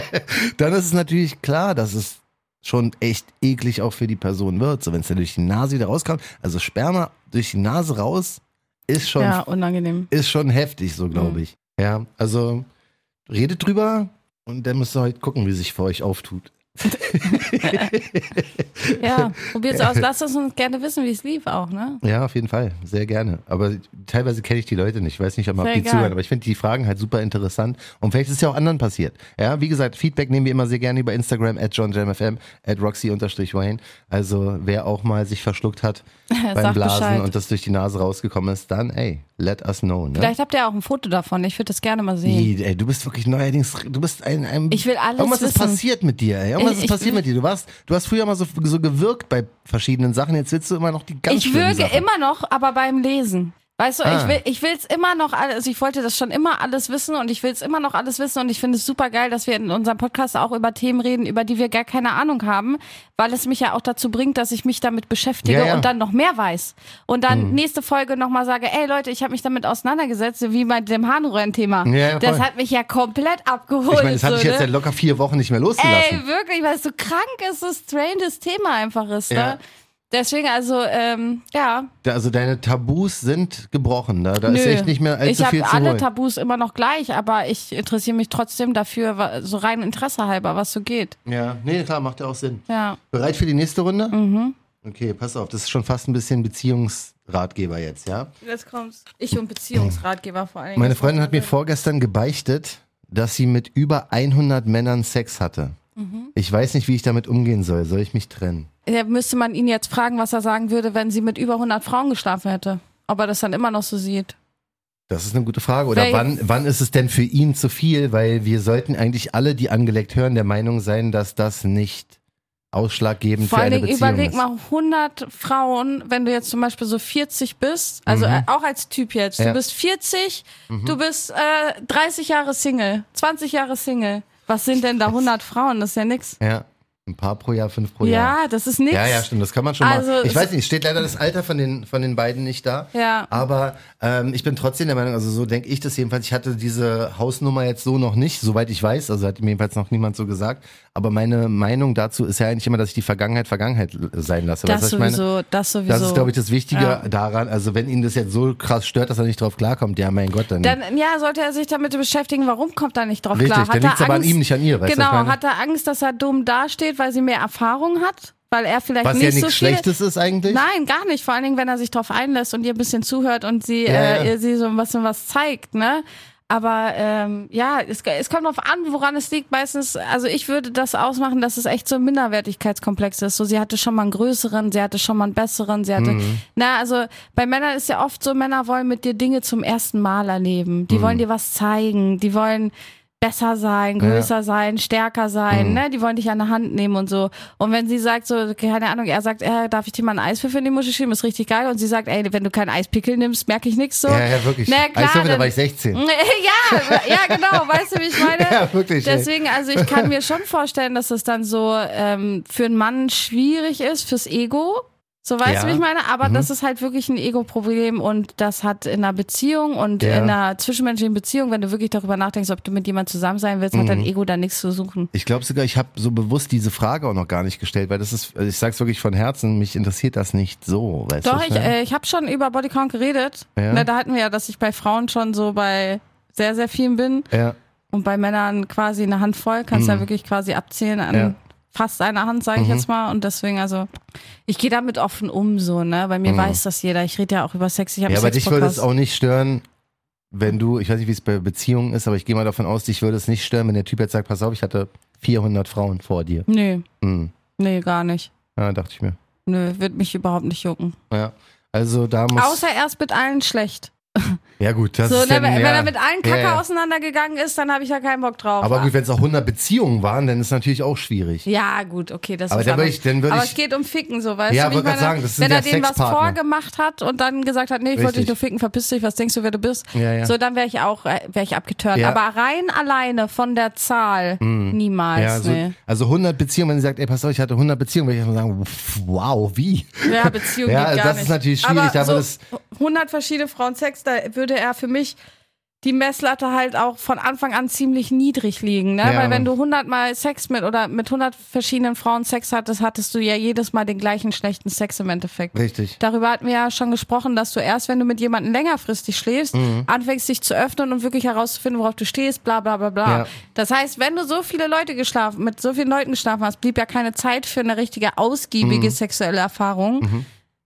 S3: [LAUGHS] dann ist es natürlich klar, dass es schon echt eklig auch für die Person wird. So, wenn es dann durch die Nase wieder rauskommt, also Sperma durch die Nase raus, ist schon
S2: Ja, unangenehm.
S3: ist schon heftig, so glaube ich. Ja, also redet drüber und dann müsst ihr halt gucken, wie sich für euch auftut.
S2: Ja,
S3: [LAUGHS]
S2: probiert's aus. Lasst es uns gerne wissen, wie es lief auch, ne?
S3: Ja, auf jeden Fall, sehr gerne. Aber teilweise kenne ich die Leute nicht, ich weiß nicht, ob
S2: Sehr
S3: die
S2: egal.
S3: zuhören, aber ich finde die Fragen halt super interessant und vielleicht ist es ja auch anderen passiert. Ja, wie gesagt, Feedback nehmen wir immer sehr gerne über Instagram, at johnjamfm, at roxy-wayne. Also wer auch mal sich
S2: [LAUGHS]
S3: verschluckt hat beim
S2: Sag
S3: Blasen
S2: Bescheid.
S3: und das durch die Nase rausgekommen ist, dann ey, let us know. Ne?
S2: Vielleicht habt ihr auch ein Foto davon. Ich würde das gerne mal sehen.
S3: Nee, ey, du bist wirklich neuerdings, du bist ein, ein
S2: Ich will alles
S3: Irgendwas ist
S2: wissen.
S3: passiert mit dir, ey. Irgendwas
S2: Ich-
S3: ist
S2: ich-
S3: passiert mit dir. Du warst, du hast früher mal so, so gewirkt bei verschiedenen Sachen, jetzt willst du immer noch die ganz
S2: ich
S3: schlimmen
S2: würge
S3: Sachen.
S2: immer noch, aber beim Lesen. Weißt du,
S3: Ah.
S2: ich will ich will's immer noch alles, also ich wollte das schon immer alles wissen und ich will's immer noch alles wissen und ich finde es super geil, dass wir in unserem Podcast auch über Themen reden, über die wir gar keine Ahnung haben, weil es mich ja auch dazu bringt, dass ich mich damit beschäftige
S3: Ja, ja. Mhm.
S2: und dann noch mehr weiß. Und dann nächste Folge nochmal sage, ey Leute, ich habe mich damit auseinandergesetzt, wie bei dem Harnröhrenthema.
S3: Ja, voll.
S2: das hat mich ja komplett abgeholt.
S3: Ich meine, das habe
S2: so,
S3: ich jetzt
S2: ne?
S3: seit locker vier Wochen nicht mehr losgelassen.
S2: Ey, wirklich, weil es so krank ist, so strange das Thema einfach ist,
S3: Ja.
S2: ne? Deswegen, also, ähm, ja,
S3: Da- Also deine Tabus sind gebrochen. ne? Da, da
S2: nö.
S3: ist echt nicht mehr allzu
S2: ich
S3: viel
S2: habe
S3: zu
S2: alle
S3: holen.
S2: Tabus immer noch gleich, aber ich interessiere mich trotzdem dafür, wa- so rein Interesse halber, was so geht.
S3: ja, nee, klar, macht ja auch Sinn.
S2: Ja.
S3: Bereit für die nächste Runde? Mhm. Okay, pass auf, das ist schon fast ein bisschen Beziehungsratgeber jetzt, ja?
S2: Jetzt kommt's. Ich und Beziehungsratgeber vor allen Dingen.
S3: Meine Freundin hat mir vorgestern gebeichtet, dass sie mit über 100 Männern Sex hatte.
S2: Mhm.
S3: Ich weiß nicht, wie ich damit umgehen soll. Soll ich mich trennen?
S2: Ja, müsste man ihn jetzt fragen, was er sagen würde, wenn sie mit über 100 Frauen geschlafen hätte. Ob er das dann immer noch so sieht.
S3: Das ist eine gute Frage. Oder
S2: Weil-
S3: wann, wann ist es denn für ihn zu viel? Weil wir sollten eigentlich alle, die angelegt hören, der Meinung sein, dass das nicht ausschlaggebend
S2: Vor
S3: für
S2: allen
S3: eine
S2: Dingen
S3: Beziehung
S2: überleg
S3: ist.
S2: mal 100 Frauen, wenn du jetzt zum Beispiel so 40 bist, also äh, auch als Typ jetzt,
S3: Mhm. Ja. Mhm.
S2: du bist 40, du bist äh, 30 Jahre Single, 20 Jahre Single. Was sind denn da 100 Frauen? Das ist ja nix.
S3: Ja, ein paar pro Jahr, fünf pro Jahr.
S2: Ja, das ist nix.
S3: Oh Ja, ja, stimmt, das kann man schon mal.
S2: Also,
S3: Ich
S2: es-
S3: weiß nicht, steht leider das Alter von den, von den beiden nicht da.
S2: Ja.
S3: Aber ähm, ich bin trotzdem der Meinung, also so denke ich das jedenfalls. Ich hatte diese Hausnummer jetzt so noch nicht, soweit ich weiß. Also hat mir jedenfalls noch niemand so gesagt. Aber meine Meinung dazu ist ja eigentlich immer, dass ich die Vergangenheit Vergangenheit l- sein lasse. Weißt du,
S2: Das
S3: was ich meine?
S2: sowieso, das sowieso.
S3: Das ist, glaube ich, das Wichtige
S2: Ja.
S3: daran. Also, wenn ihn das jetzt so krass stört, dass er nicht drauf klarkommt, ja, mein Gott, dann.
S2: dann ja, sollte er sich damit beschäftigen, warum kommt er nicht drauf
S3: Richtig,
S2: klar? Hat
S3: dann
S2: er
S3: liegt's aber an
S2: Angst-
S3: ihm, nicht an ihr, weißt du, was ich
S2: Genau,
S3: meine?
S2: hat er Angst, dass er dumm dasteht, weil sie mehr Erfahrung hat? Weil er vielleicht
S3: was
S2: nicht
S3: ja
S2: so
S3: nichts
S2: viel
S3: Schlechtes ist eigentlich.
S2: Nein, gar nicht. Vor allen Dingen, wenn er sich drauf einlässt und ihr ein bisschen zuhört und sie,
S3: Ja,
S2: äh,
S3: ja.
S2: ihr sie so ein bisschen was zeigt, ne? Aber ähm, ja, es, es kommt drauf an, woran es liegt. Meistens, also ich würde das ausmachen, dass es echt so ein Minderwertigkeitskomplex ist. So, sie hatte schon mal einen größeren, sie hatte schon mal einen besseren, sie hatte. Na, also bei Männern ist ja oft so, Männer wollen mit dir Dinge zum ersten Mal erleben. Die wollen dir was zeigen, die wollen besser sein, größer sein, stärker sein, ne? Die wollen dich an der Hand nehmen und so. Und wenn sie sagt so, keine Ahnung, er sagt, äh, darf ich dir mal einen Eispickel in die Muschel schieben? Ist richtig geil. Und sie sagt, ey, wenn du keinen Eispickel nimmst, merke ich nichts so.
S3: Ja, ja, wirklich.
S2: Na klar,
S3: Eishockey, da
S2: dann- Hm.
S3: war ich 16.
S2: [LAUGHS] ja, ja, genau, weißt du, wie ich meine?
S3: [LAUGHS] Ja, wirklich, ey.
S2: Deswegen, also ich kann mir schon vorstellen, dass das dann so ähm, für einen Mann schwierig ist, fürs Ego. So weißt
S3: Ja. Mhm.
S2: du, wie ich meine? Aber das ist halt wirklich ein Ego-Problem und das hat in einer Beziehung und
S3: Ja.
S2: in einer zwischenmenschlichen Beziehung, wenn du wirklich darüber nachdenkst, ob du mit jemandem zusammen sein willst,
S3: Mhm.
S2: hat dein Ego da nichts zu suchen.
S3: Ich glaube sogar, ich habe so bewusst diese Frage auch noch gar nicht gestellt, weil das ist, also ich sag's wirklich von Herzen, mich interessiert das nicht so, weißt
S2: Doch,
S3: du?
S2: ich,
S3: ne?
S2: äh, ich habe schon über Bodycount geredet.
S3: Ja.
S2: Na, da hatten wir ja, dass ich bei Frauen schon so bei sehr, sehr vielen bin.
S3: ja.
S2: Und bei Männern quasi eine Handvoll, kannst ja wirklich quasi abzählen an
S3: Mhm. Ja. Mhm.
S2: fast einer Hand, sage ich jetzt mal. Und deswegen, also, ich gehe damit offen um, so, ne? Bei mir weiß das jeder. Ich rede ja auch über Sex. Ich habe
S3: Mhm. ja, aber dich würde es
S2: Sex-Podcast.
S3: auch nicht stören, wenn du, ich weiß nicht, wie es bei Beziehungen ist, aber ich gehe mal davon aus, dich würde es nicht stören, wenn der Typ jetzt sagt, pass auf, ich hatte 400 Frauen vor dir.
S2: Nö,
S3: Hm.
S2: nee, gar nicht.
S3: Ja, dachte ich mir.
S2: Nö, wird mich überhaupt nicht jucken.
S3: Ja. Also da muss.
S2: Außer erst mit allen schlecht.
S3: ja gut, das
S2: So,
S3: ist
S2: ne,
S3: dann,
S2: wenn,
S3: ja,
S2: wenn er mit allen Kacke
S3: ja, ja.
S2: auseinandergegangen ist, dann habe ich ja keinen Bock drauf.
S3: Aber gut, wenn es auch 100 Beziehungen waren, dann ist natürlich auch schwierig.
S2: Ja, gut, okay, das
S3: Aber
S2: ist
S3: dann würd
S2: anders.
S3: ich- dann würd
S2: Aber
S3: ich-
S2: es geht um Ficken, so, weißt
S3: Ja,
S2: du? wie
S3: wollt
S2: ich
S3: grad
S2: meine,
S3: sagen, das sind
S2: wenn
S3: ja
S2: er denen was
S3: Sexpartner.
S2: vorgemacht hat und dann gesagt hat, nee, ich wollte
S3: Richtig.
S2: dich nur ficken, verpiss dich, was denkst du, wer du bist?
S3: Ja, ja.
S2: So, dann wäre ich auch, äh, wäre ich abgeturnt.
S3: Ja. Hm.
S2: Aber rein alleine von der Zahl, niemals,
S3: Ja, so,
S2: nee.
S3: also 100 Beziehungen, wenn sie sagt, ey, pass auf, ich hatte 100 Beziehungen, würde ich erstmal sagen, pff, wow, wie?
S2: Ja, Beziehung
S3: Ja,
S2: geht gar
S3: das ist
S2: nicht.
S3: natürlich schwierig,
S2: aber
S3: da
S2: so
S3: wird es-
S2: 100 verschiedene Frauen Sex, da würde er für mich die Messlatte halt auch von Anfang an ziemlich niedrig liegen, ne?
S3: Ja,
S2: Weil wenn
S3: aber-
S2: du 100 mal Sex mit oder mit 100 verschiedenen Frauen Sex hattest, hattest du ja jedes Mal den gleichen schlechten Sex im Endeffekt.
S3: Richtig.
S2: Darüber hatten wir ja schon gesprochen, dass du erst, wenn du mit jemandem längerfristig schläfst,
S3: Mhm.
S2: anfängst dich zu öffnen und wirklich herauszufinden, worauf du stehst, bla bla bla bla.
S3: Ja.
S2: Das heißt, wenn du so viele Leute geschlafen, mit so vielen Leuten geschlafen hast, blieb ja keine Zeit für eine richtige
S3: Mhm.
S2: ausgiebige sexuelle Erfahrung.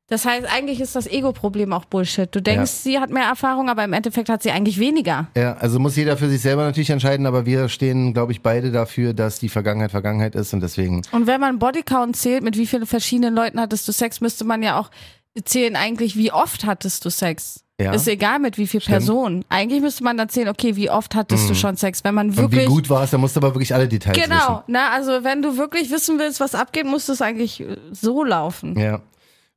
S2: Das heißt, eigentlich ist das Ego-Problem auch Bullshit. Du denkst, sie hat mehr Erfahrung, aber im Endeffekt hat sie eigentlich weniger.
S3: Ja, also muss jeder für sich selber natürlich entscheiden, aber wir stehen, glaube ich, beide dafür, dass die Vergangenheit Vergangenheit ist und deswegen.
S2: Und wenn man Bodycount zählt, mit wie vielen verschiedenen Leuten hattest du Sex, müsste man ja auch zählen eigentlich, wie oft hattest du Sex.
S3: Ja.
S2: Ist egal mit wie vielen Personen. Eigentlich müsste man dann zählen, okay, wie oft hattest du schon Sex, wenn man
S3: Mhm. Und wie
S2: wirklich
S3: gut war es, da musst du aber wirklich alle Details
S2: Genau, na, also wenn du wirklich wissen willst, was abgeht, muss es eigentlich äh, so laufen.
S3: wissen. Ja.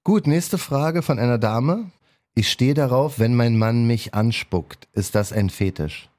S3: Gut, nächste Frage von einer Dame. Ich stehe darauf, wenn mein Mann mich anspuckt. Ist das ein Fetisch?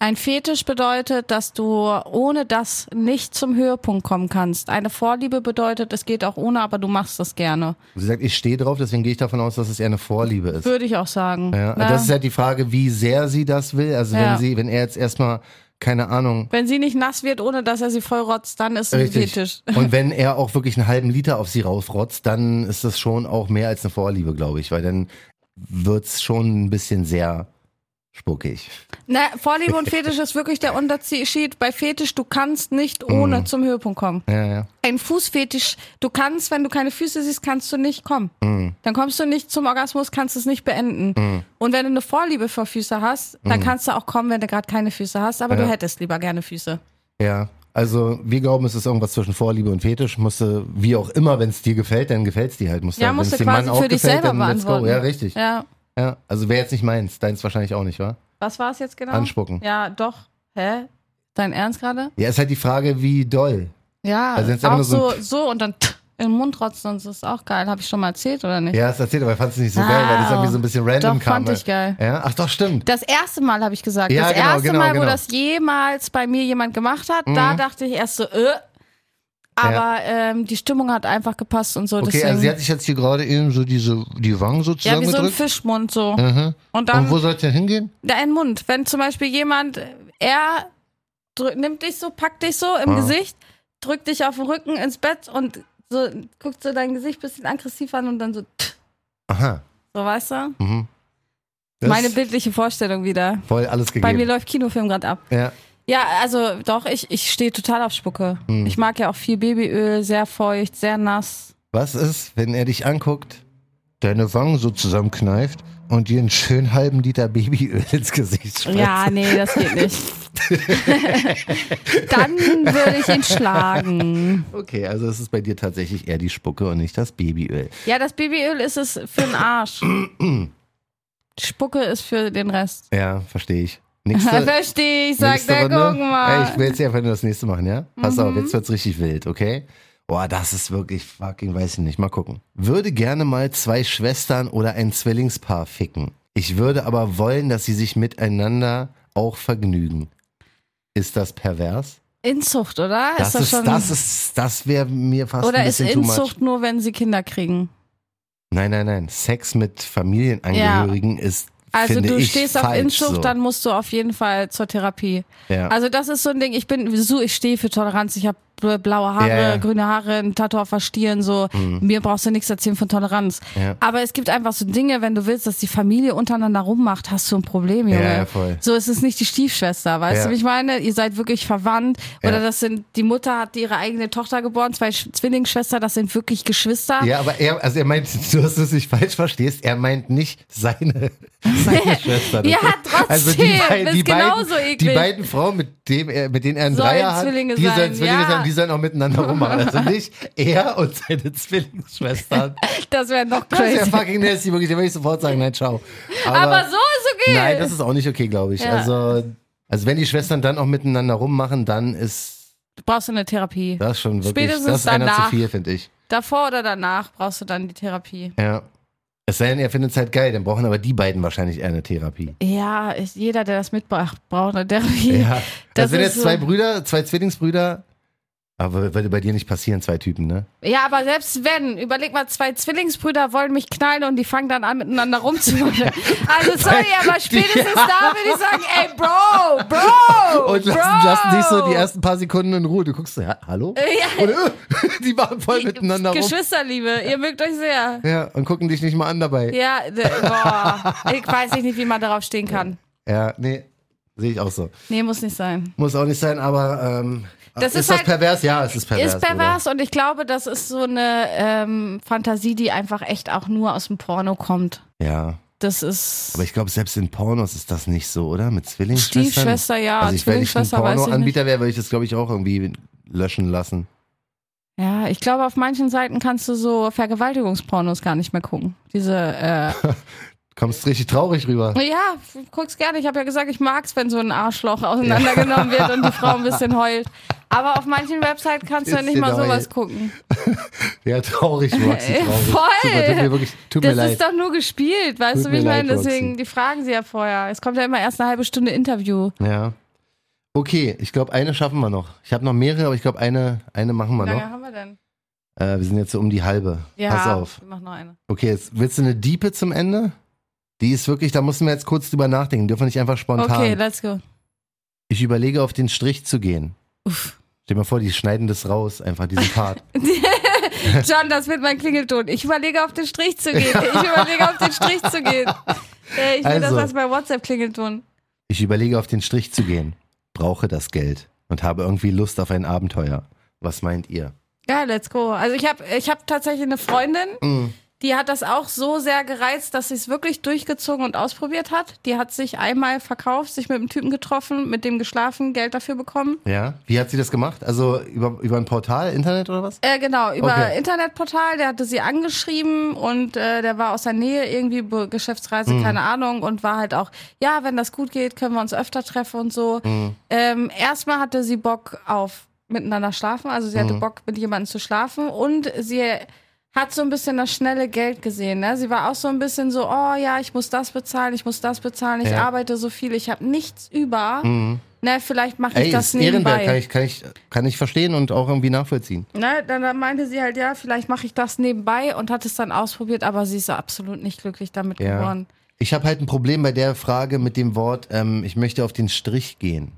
S2: Ein Fetisch bedeutet, dass du ohne das nicht zum Höhepunkt kommen kannst. Eine Vorliebe bedeutet, es geht auch ohne, aber du machst das gerne.
S3: Sie sagt, ich stehe drauf, deswegen gehe ich davon aus, dass es eher eine Vorliebe ist.
S2: Würde ich auch sagen.
S3: Ja,
S2: Na,
S3: Das ist halt die Frage, wie sehr sie das will. Also wenn
S2: Ja.
S3: sie, wenn er jetzt erstmal, keine Ahnung,
S2: wenn sie nicht nass wird, ohne dass er sie voll rotzt, dann ist es ein Fetisch. [LAUGHS]
S3: richtig. Und wenn er auch wirklich einen halben Liter auf sie raufrotzt, dann ist das schon auch mehr als eine Vorliebe, glaube ich, weil dann wird's schon ein bisschen sehr spuckig.
S2: Na, Vorliebe und Fetisch ist wirklich der Unterschied. Bei Fetisch, du kannst
S3: Mm.
S2: nicht ohne zum Höhepunkt kommen.
S3: Ja, ja.
S2: Ein Fußfetisch, du kannst, wenn du keine Füße siehst, kannst du nicht kommen.
S3: Mm.
S2: Dann kommst du nicht zum Orgasmus, kannst es nicht beenden. Und wenn du eine Vorliebe für Füße hast, dann
S3: Mm.
S2: kannst du auch kommen, wenn du gerade keine Füße hast, aber du hättest lieber gerne Füße.
S3: Ja. Also wir glauben, es ist irgendwas zwischen Vorliebe und Fetisch. Musste, wie auch immer, wenn es dir gefällt, dann gefällt's dir halt. Musst
S2: Ja,
S3: dann,
S2: musst
S3: wenn's
S2: du
S3: dem Mann
S2: quasi
S3: auch
S2: für dich
S3: gefällt,
S2: selber
S3: dann let's go.
S2: beantworten.
S3: Ja, richtig.
S2: Ja.
S3: Ja, also wäre jetzt nicht meins, deins wahrscheinlich auch nicht, wa?
S2: Was war es jetzt genau?
S3: Anspucken.
S2: Ja, doch. Hä? Dein Ernst gerade?
S3: Ja, ist halt die Frage, wie doll.
S2: Ja,
S3: Also jetzt einfach
S2: auch
S3: nur so
S2: so,
S3: ein
S2: so und dann in den Mund rotzen, das ist auch geil. Habe ich schon mal erzählt, oder nicht?
S3: Ja, hast erzählt, aber fandst du nicht so geil, weil das
S2: Wow.
S3: irgendwie so ein bisschen random
S2: Ah, Doch,
S3: kam. ne?
S2: fand ich geil.
S3: Ja? Ach doch, stimmt.
S2: Das erste Mal habe ich gesagt.
S3: Ja,
S2: das
S3: genau,
S2: erste
S3: genau,
S2: Mal,
S3: genau. Mhm.
S2: wo das jemals bei mir jemand gemacht hat, da dachte ich erst so, äh. Aber ähm, die Stimmung hat einfach gepasst und so.
S3: Okay,
S2: deswegen,
S3: also sie hat sich jetzt hier gerade eben so diese, die Wangen so
S2: ja, wie so ein
S3: zusammengedrückt.
S2: Fischmund so.
S3: Aha.
S2: Und dann
S3: Und wo soll es denn hingehen?
S2: dein Mund. Wenn zum Beispiel jemand, er drückt, nimmt dich so, packt dich so
S3: Ah.
S2: im Gesicht, drückt dich auf den Rücken ins Bett und so guckt so dein Gesicht bisschen aggressiv an und dann so, tch,
S3: Aha.
S2: so weißt du?
S3: Mhm. Das
S2: Meine
S3: ist
S2: bildliche Vorstellung wieder.
S3: voll alles gegeben.
S2: Bei mir läuft Kinofilm gerade ab.
S3: ja.
S2: Ja, also doch, ich, ich stehe total auf Spucke.
S3: Hm.
S2: Ich mag ja auch viel Babyöl, sehr feucht, sehr nass.
S3: Was ist, wenn er dich anguckt, deine Wangen so zusammenkneift und dir einen schönen halben Liter Babyöl [LAUGHS] ins Gesicht spritzt?
S2: Ja, nee, das geht
S3: [LAUGHS]
S2: nicht. Dann würde ich ihn schlagen.
S3: Okay, also es ist bei dir tatsächlich eher die Spucke und nicht das Babyöl.
S2: Ja, das Babyöl ist es für den
S3: [CLEARS THROAT]
S2: Arsch. Spucke ist für den Rest.
S3: Ja, verstehe ich.
S2: [LAUGHS]
S3: Nächste,
S2: Verstehe ich, sagt
S3: Nächste
S2: der,
S3: Runde.
S2: guck mal. Mhm.
S3: Ey, ich will jetzt einfach nur das nächste machen, ja? Pass auf, jetzt wird's richtig wild, okay? Boah, das ist wirklich fucking, weiß ich nicht. Mal gucken. Würde gerne mal zwei Schwestern oder ein Zwillingspaar ficken. Ich würde aber wollen, dass sie sich miteinander auch vergnügen. Ist das pervers?
S2: Inzucht, oder?
S3: Das,
S2: ist das
S3: ist,
S2: schon.
S3: das ist, das wäre mir fast ein
S2: oder ist
S3: bisschen too much.
S2: Inzucht nur, wenn sie Kinder kriegen?
S3: Nein, nein, nein. Sex mit Familienangehörigen ist,
S2: Also
S3: finde
S2: du
S3: ich,
S2: stehst
S3: falsch,
S2: auf Inzucht,
S3: so.
S2: dann musst du auf jeden Fall zur Therapie.
S3: Ja.
S2: Also das ist so ein Ding, ich bin so, ich stehe für Toleranz, ich habe blaue Haare,
S3: Ja, ja. Mhm.
S2: grüne Haare, ein Tattoo auf der Stirn, so, mir brauchst du nichts erzählen von Toleranz.
S3: Ja.
S2: Aber es gibt einfach so Dinge, wenn du willst, dass die Familie untereinander rummacht, hast du ein Problem, Junge.
S3: Ja, ja, voll.
S2: So, es ist nicht die Stiefschwester, weißt
S3: Ja.
S2: du, wie ich meine? Ihr seid wirklich verwandt oder
S3: Ja.
S2: das sind, die Mutter hat ihre eigene Tochter geboren, zwei Sch- Zwillingsschwestern, das sind wirklich Geschwister.
S3: Ja, aber er, also er meint, [LAUGHS] du hast es nicht falsch verstehst, er meint nicht
S2: [LAUGHS]
S3: seine, seine Schwester. Das
S2: Ja,
S3: ist-
S2: trotzdem,
S3: bei-
S2: ist genauso
S3: beiden, die
S2: eklig.
S3: beiden Frauen, mit, dem er, mit denen er einen
S2: Sollen
S3: Dreier hat,
S2: Zwillinge
S3: die sollen
S2: sein,
S3: Zwillinge
S2: ja.
S3: sein, die sollen auch miteinander rummachen.
S2: [LAUGHS]
S3: Also nicht er und seine Zwillingsschwestern.
S2: Das wäre noch
S3: Das ist ja
S2: crazy.
S3: fucking nasty, wirklich, da würde ich sofort sagen, nein, ciao.
S2: Aber so ist okay.
S3: Nein, das ist auch nicht okay, glaube ich.
S2: Ja.
S3: Also, also wenn die Schwestern dann auch miteinander rummachen, dann ist
S2: du brauchst eine Therapie.
S3: das schon wirklich,
S2: Spätestens
S3: das ist einer
S2: danach.
S3: zu viel, finde ich.
S2: Davor oder danach brauchst du dann die Therapie.
S3: Ja. Es sei denn, er findet es halt geil, dann brauchen aber die beiden wahrscheinlich eher eine Therapie.
S2: Ja, ist jeder, der das mitbracht, braucht eine Therapie.
S3: Ja. Das,
S2: Das
S3: sind
S2: ist
S3: jetzt
S2: so.
S3: zwei Brüder, zwei Zwillingsbrüder. Aber würde bei dir nicht passieren, zwei Typen, ne?
S2: Ja, aber selbst wenn, überleg mal, zwei Zwillingsbrüder wollen mich knallen und die fangen dann an, miteinander
S3: [LAUGHS]
S2: rumzumachen. Also sorry, aber spätestens da würde ich sagen, ey, Bro, Bro,
S3: [LAUGHS] Und
S2: Oh, Bro.
S3: lassen, lassen dich so die ersten paar Sekunden in Ruhe. Du guckst, ja, hallo?
S2: Ja.
S3: Und, äh, [LAUGHS] die machen voll miteinander rum.
S2: Geschwisterliebe, ihr mögt euch sehr.
S3: Ja, und gucken dich nicht mal an dabei.
S2: Ja, d- boah, ich weiß nicht, wie man darauf stehen kann.
S3: Ja, nee, sehe ich auch so.
S2: Nee, muss nicht sein.
S3: Muss auch nicht sein, aber ähm,
S2: Das
S3: ist,
S2: ist
S3: das
S2: halt-
S3: pervers? Ja, es ist pervers.
S2: Ist pervers und ich glaube, das ist so eine ähm, Fantasie, die einfach echt auch nur aus dem Porno kommt.
S3: Bruder. Ja,
S2: Das ist.
S3: aber ich glaube, selbst in Pornos ist das nicht so, oder? Mit Zwillingsschwestern?
S2: Stiefschwester, ja.
S3: Also ich, wenn ich ein
S2: Zwillingsschwester weiß ich nicht.
S3: Porno-Anbieter wäre, würde ich das, glaube ich, auch irgendwie löschen lassen.
S2: Ja, ich glaube, auf manchen Seiten kannst du so Vergewaltigungspornos gar nicht mehr gucken. Diese, äh,
S3: Kommst richtig traurig rüber.
S2: Ja, guck's gerne. Ich habe ja gesagt, ich mag's, wenn so ein Arschloch auseinandergenommen wird und die Frau ein
S3: [LAUGHS]
S2: bisschen heult. Aber auf manchen Websites kannst du ja nicht
S3: Bisschen
S2: mal sowas
S3: heult.
S2: gucken.
S3: Ja, traurig, Roxy,
S2: Ey,
S3: traurig.
S2: Äh, voll.
S3: Tut mir, tut mir, wirklich, tut mir
S2: Das
S3: leid.
S2: ist doch nur gespielt, weißt
S3: Tut
S2: du, wie ich
S3: mir
S2: meine?
S3: leid,
S2: Deswegen,
S3: Roxy.
S2: die fragen sie ja vorher. Es kommt ja immer erst eine halbe Stunde Interview.
S3: Ja. Okay, ich glaube, eine schaffen wir noch. Ich habe noch mehrere, aber ich glaube, eine, eine machen wir
S2: Wie lange
S3: noch.
S2: haben wir denn?
S3: Äh, wir sind jetzt so um die halbe.
S2: Ja,
S3: Pass auf.
S2: wir machen noch eine.
S3: Okay, jetzt willst du eine Diepe zum Ende? Die ist wirklich, da mussten wir jetzt kurz drüber nachdenken. Dürfen wir nicht einfach spontan.
S2: Okay, let's go.
S3: ich überlege, auf den Strich zu gehen.
S2: Uff.
S3: Stell dir mal vor, die schneiden das raus, einfach
S2: [LAUGHS]
S3: diesen Part.
S2: John, das wird mein Klingelton. Ich überlege, auf den Strich zu gehen. Ich überlege, auf den Strich zu gehen. Äh, Ich will das
S3: Also.
S2: als mein WhatsApp-Klingelton.
S3: Ich überlege, auf den Strich zu gehen, brauche das Geld und habe irgendwie Lust auf ein Abenteuer. Was meint ihr?
S2: Ja, let's go. Also ich habe ich hab tatsächlich eine Freundin, die hat das auch so sehr gereizt, dass sie es wirklich durchgezogen und ausprobiert hat. Die hat sich einmal verkauft, sich mit einem Typen getroffen, mit dem geschlafen, Geld dafür bekommen.
S3: Ja? Wie hat sie das gemacht? Also über, über ein Portal, Internet oder was?
S2: Äh, genau, über
S3: Okay.
S2: Internetportal, der hatte sie angeschrieben und äh, der war aus der Nähe irgendwie Be Geschäftsreise,
S3: Mhm.
S2: keine Ahnung, und war halt auch, ja, wenn das gut geht, können wir uns öfter treffen und so.
S3: Mhm.
S2: Ähm, erstmal hatte sie Bock auf miteinander schlafen, also sie
S3: Mhm.
S2: hatte Bock, mit jemandem zu schlafen und sie hat so ein bisschen das schnelle Geld gesehen. Ne? Sie war auch so ein bisschen so, oh ja, ich muss das bezahlen, ich muss das bezahlen, ich
S3: Ja. Mhm.
S2: arbeite so viel, ich habe nichts über. Ne, vielleicht mache ich
S3: Ey,
S2: das
S3: ist Ehrenwert,
S2: nebenbei.
S3: kann ich, kann, ich, kann ich verstehen und auch irgendwie nachvollziehen.
S2: Ne, dann, dann meinte sie halt, ja, vielleicht mache ich das nebenbei und hat es dann ausprobiert, aber sie ist absolut nicht glücklich damit
S3: Ja.
S2: geworden.
S3: Ich habe halt ein Problem bei der Frage mit dem Wort, ähm, ich möchte auf den Strich gehen.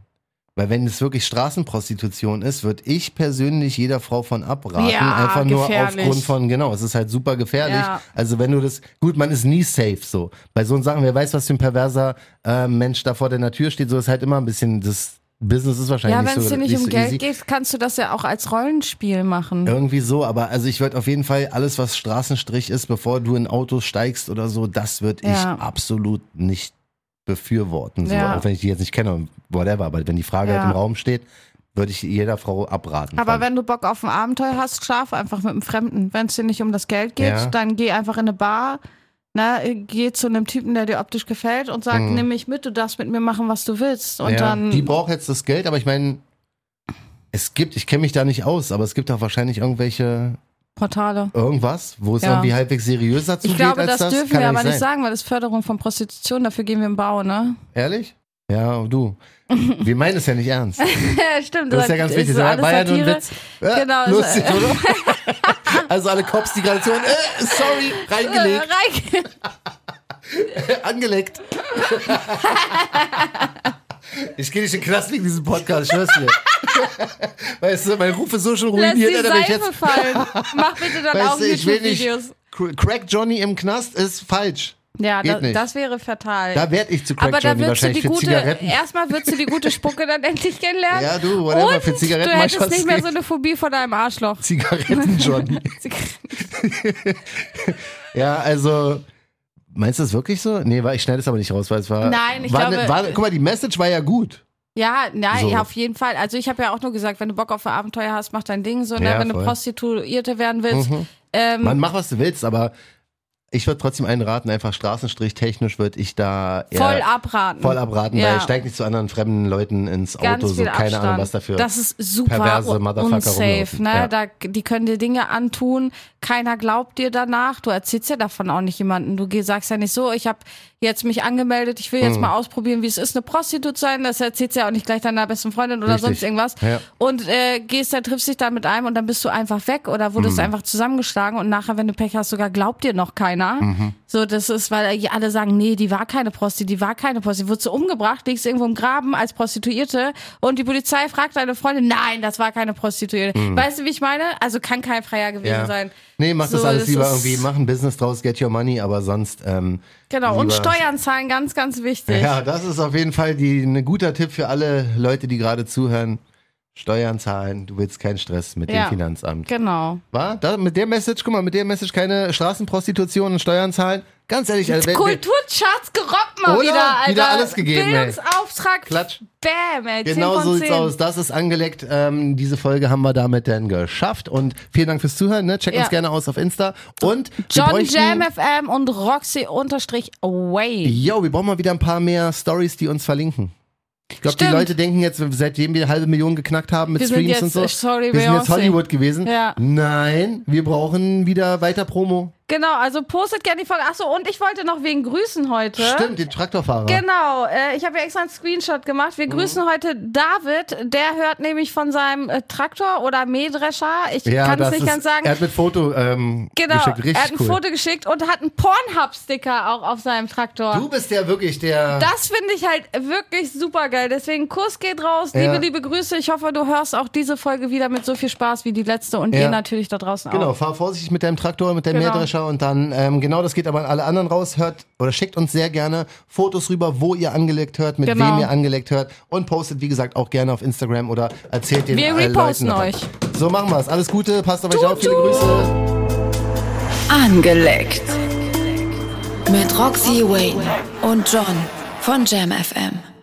S3: Weil wenn es wirklich Straßenprostitution ist, würde ich persönlich jeder Frau von abraten.
S2: Ja,
S3: einfach nur
S2: gefährlich.
S3: aufgrund von, genau, es ist halt super gefährlich.
S2: Ja.
S3: Also wenn du das, gut, man ist nie safe so. Bei so Sachen, wer weiß, was für ein perverser äh, Mensch da vor deiner Tür steht, so ist halt immer ein bisschen, das Business ist wahrscheinlich
S2: Ja,
S3: nicht
S2: wenn
S3: so
S2: es dir nicht um
S3: so
S2: Geld
S3: easy.
S2: geht, kannst du das ja auch als Rollenspiel machen.
S3: Irgendwie so, aber also ich würde auf jeden Fall alles, was Straßenstrich ist, bevor du in Autos steigst oder so, das würde
S2: Ja.
S3: ich absolut nicht befürworten. So.
S2: Ja.
S3: Auch wenn ich die jetzt nicht kenne und whatever, aber wenn die Frage
S2: Ja.
S3: halt im Raum steht, würde ich jeder Frau abraten.
S2: Aber
S3: von.
S2: wenn du Bock auf ein Abenteuer hast, schlaf einfach mit einem Fremden. Wenn es dir nicht um das Geld geht,
S3: Ja.
S2: dann geh einfach in eine Bar, ne, geh zu einem Typen, der dir optisch gefällt und sag, nimm mich mit, du darfst mit mir machen, was du willst. Und
S3: Mhm. ja.
S2: dann.
S3: die braucht jetzt das Geld, aber ich meine, es gibt, ich kenne mich da nicht aus, aber es gibt auch wahrscheinlich irgendwelche,
S2: Portale.
S3: irgendwas, wo es
S2: Ja.
S3: irgendwie halbwegs seriöser
S2: Ich
S3: zugeht
S2: glaube,
S3: als
S2: das,
S3: das.
S2: dürfen
S3: Kann
S2: wir
S3: ja
S2: aber nicht
S3: sein.
S2: sagen, weil das Förderung von Prostitution, dafür gehen wir im Bau, ne?
S3: Ehrlich? Ja, du. Wir meinen es ja nicht ernst.
S2: Ja, stimmt.
S3: Das ist [LAUGHS] ja ganz wichtig.
S2: so
S3: Das
S2: alles
S3: war ja nur ein
S2: Satire.
S3: Witz. Äh,
S2: Genau,
S3: Lustig,
S2: so,
S3: oder?
S2: [LAUGHS]
S3: also alle Cops, die gerade zuhören, äh, sorry,
S2: Äh,
S3: reingelegt,
S2: rein- [LAUGHS]
S3: angelegt. ich gehe nicht in den Knast wegen diesem Podcast, ich schwör's dir.
S2: [LAUGHS]
S3: weißt du, mein Ruf ist so schon
S2: Lass die
S3: ruiniert, Alter, wenn ich
S2: Seife
S3: jetzt...
S2: fallen. Mach bitte dann auch
S3: Weißt du, ich will nicht...
S2: YouTube-Videos.
S3: Cr- Crack Johnny im Knast ist falsch.
S2: Ja,
S3: Geht
S2: da,
S3: nicht.
S2: das wäre fatal.
S3: Da werd ich zu Crack
S2: aber da
S3: Johnny
S2: würdest du
S3: wahrscheinlich
S2: die
S3: für
S2: gute,
S3: Zigaretten.
S2: erstmal würdest du die gute Spucke dann endlich kennenlernen.
S3: Ja, du, whatever,
S2: Und
S3: für Zigaretten
S2: du
S3: mach ich
S2: hättest
S3: was
S2: nicht mehr
S3: gegen.
S2: so eine Phobie vor deinem Arschloch.
S3: Zigaretten
S2: [LAUGHS]
S3: Johnny. Ja, also. Meinst du das wirklich so? Nee, war- ich schneide es aber nicht raus, weil es war.
S2: Nein, ich
S3: war ne,
S2: glaube-
S3: war, guck mal, die Message war ja gut.
S2: [LAUGHS] Ja, nein,
S3: So.
S2: ja, auf jeden Fall. Also ich habe ja auch nur gesagt, wenn du Bock auf ein Abenteuer hast, mach dein Ding so. Ne?
S3: Ja,
S2: wenn
S3: voll.
S2: du
S3: Mhm.
S2: Prostituierte werden willst, ähm,
S3: Man, mach was du willst, aber ich würde trotzdem einen raten, einfach Straßenstrich technisch würde ich da eher
S2: voll abraten.
S3: voll abraten,
S2: Ja.
S3: weil steig nicht zu anderen fremden Leuten ins
S2: ganz
S3: Auto, so
S2: viel
S3: keine
S2: Abstand.
S3: Ahnung, was dafür.
S2: Das ist super
S3: perverse
S2: un-
S3: Motherfucker
S2: unsafe,
S3: rumlaufen.
S2: ne?
S3: Ja.
S2: Da, die können dir Dinge antun, keiner glaubt dir danach, du erzählst ja davon auch nicht jemanden. Du geh- sagst ja nicht so, ich habe jetzt mich angemeldet, ich will
S3: Hm.
S2: jetzt mal ausprobieren, wie es ist, eine Prostitut zu sein. Das erzählst ja auch nicht gleich deiner besten Freundin oder
S3: Richtig.
S2: sonst irgendwas.
S3: Ja.
S2: Und äh, gehst dann, triffst dich dann mit einem und dann bist du einfach weg oder
S3: Mhm.
S2: wurdest einfach zusammengeschlagen und nachher, wenn du Pech hast, sogar glaubt dir noch keiner.
S3: Mhm.
S2: So, das ist, weil äh, alle sagen, nee, die war keine Prosti, die war keine Prosti. Wurdest du umgebracht, liegst irgendwo im Graben als Prostituierte und die Polizei fragt deine Freundin, nein, das war keine Prostituierte. Weißt du, wie ich meine? Also kann kein Freier gewesen
S3: Mhm. ja.
S2: sein.
S3: Nee, mach das
S2: So,
S3: alles lieber
S2: ist-
S3: irgendwie, mach ein Business draus, get your money, aber sonst. Ähm,
S2: Genau, und
S3: lieber-
S2: Steuern zahlen, ganz, ganz wichtig.
S3: Ja, das ist auf jeden Fall die, ein guter Tipp für alle Leute, die gerade zuhören. Steuern zahlen, du willst keinen Stress mit
S2: Ja.
S3: dem Finanzamt.
S2: Genau.
S3: War? Da, mit der Message, guck mal, mit der Message keine Straßenprostitution und Steuern zahlen. Ganz ehrlich, also, wenn-
S2: Kulturcharts gerockt mal
S3: Oder?
S2: wieder, Alter.
S3: Wieder alles gegeben, ey.
S2: Bildungsauftrag.
S3: Klatsch.
S2: Bam, ey. 10
S3: Genau
S2: von
S3: so sieht's
S2: 10.
S3: aus. Das ist angeleckt. Ähm, diese Folge haben wir damit dann geschafft. Und vielen Dank fürs Zuhören. Ne? Check
S2: Ja.
S3: uns gerne aus auf Insta. Und wir
S2: John
S3: bräuchten-
S2: Jam FM und Roxy unterstrich Away.
S3: Yo, wir brauchen mal wieder ein paar mehr Stories, die uns verlinken. Ich glaube, die
S2: Stimmt.
S3: Leute denken jetzt, seitdem wir eine halbe Million geknackt haben mit
S2: Wir sind
S3: Streams
S2: jetzt-
S3: und so,
S2: sorry,
S3: wir sind jetzt
S2: Beyoncé.
S3: Hollywood gewesen.
S2: Ja.
S3: Nein, wir brauchen wieder weiter Promo.
S2: Genau, also postet gerne die Folge. Achso, und ich wollte noch wen grüßen heute.
S3: Stimmt, den Traktorfahrer.
S2: Genau, äh, ich habe ja extra einen Screenshot gemacht.
S3: Mhm.
S2: Wir grüßen heute David, der hört nämlich von seinem äh, Traktor oder Mähdrescher. Ich
S3: Ja,
S2: kann es
S3: das
S2: nicht
S3: ist,
S2: ganz sagen.
S3: Er hat mit Foto ähm,
S2: Genau,
S3: geschickt. Richtig
S2: er hat ein
S3: cool.
S2: Foto geschickt und hat einen Pornhub-Sticker auch auf seinem Traktor.
S3: du bist ja wirklich der.
S2: Das finde ich halt wirklich super geil. Deswegen Kuss geht raus.
S3: Ja.
S2: Liebe, liebe Grüße. Ich hoffe, du hörst auch diese Folge wieder mit so viel Spaß wie die letzte und
S3: Ja.
S2: ihr natürlich da draußen
S3: Genau,
S2: auch.
S3: fahr vorsichtig mit deinem Traktor, mit deinem
S2: Genau.
S3: Mähdrescher und dann, ähm, genau, das geht aber an alle anderen raus. Hört oder schickt uns sehr gerne Fotos rüber, wo ihr angelegt hört, mit
S2: Genau.
S3: wem ihr angelegt hört und postet, wie gesagt, auch gerne auf Instagram oder erzählt den
S2: Wir
S3: äh,
S2: reposten
S3: Leuten davon.
S2: euch.
S3: So machen wir's. Alles Gute, passt auf euch auf, viele
S2: Tut, tut.
S3: Grüße.
S1: Angeleckt. Mit Roxy Wayne und John von Jam FM.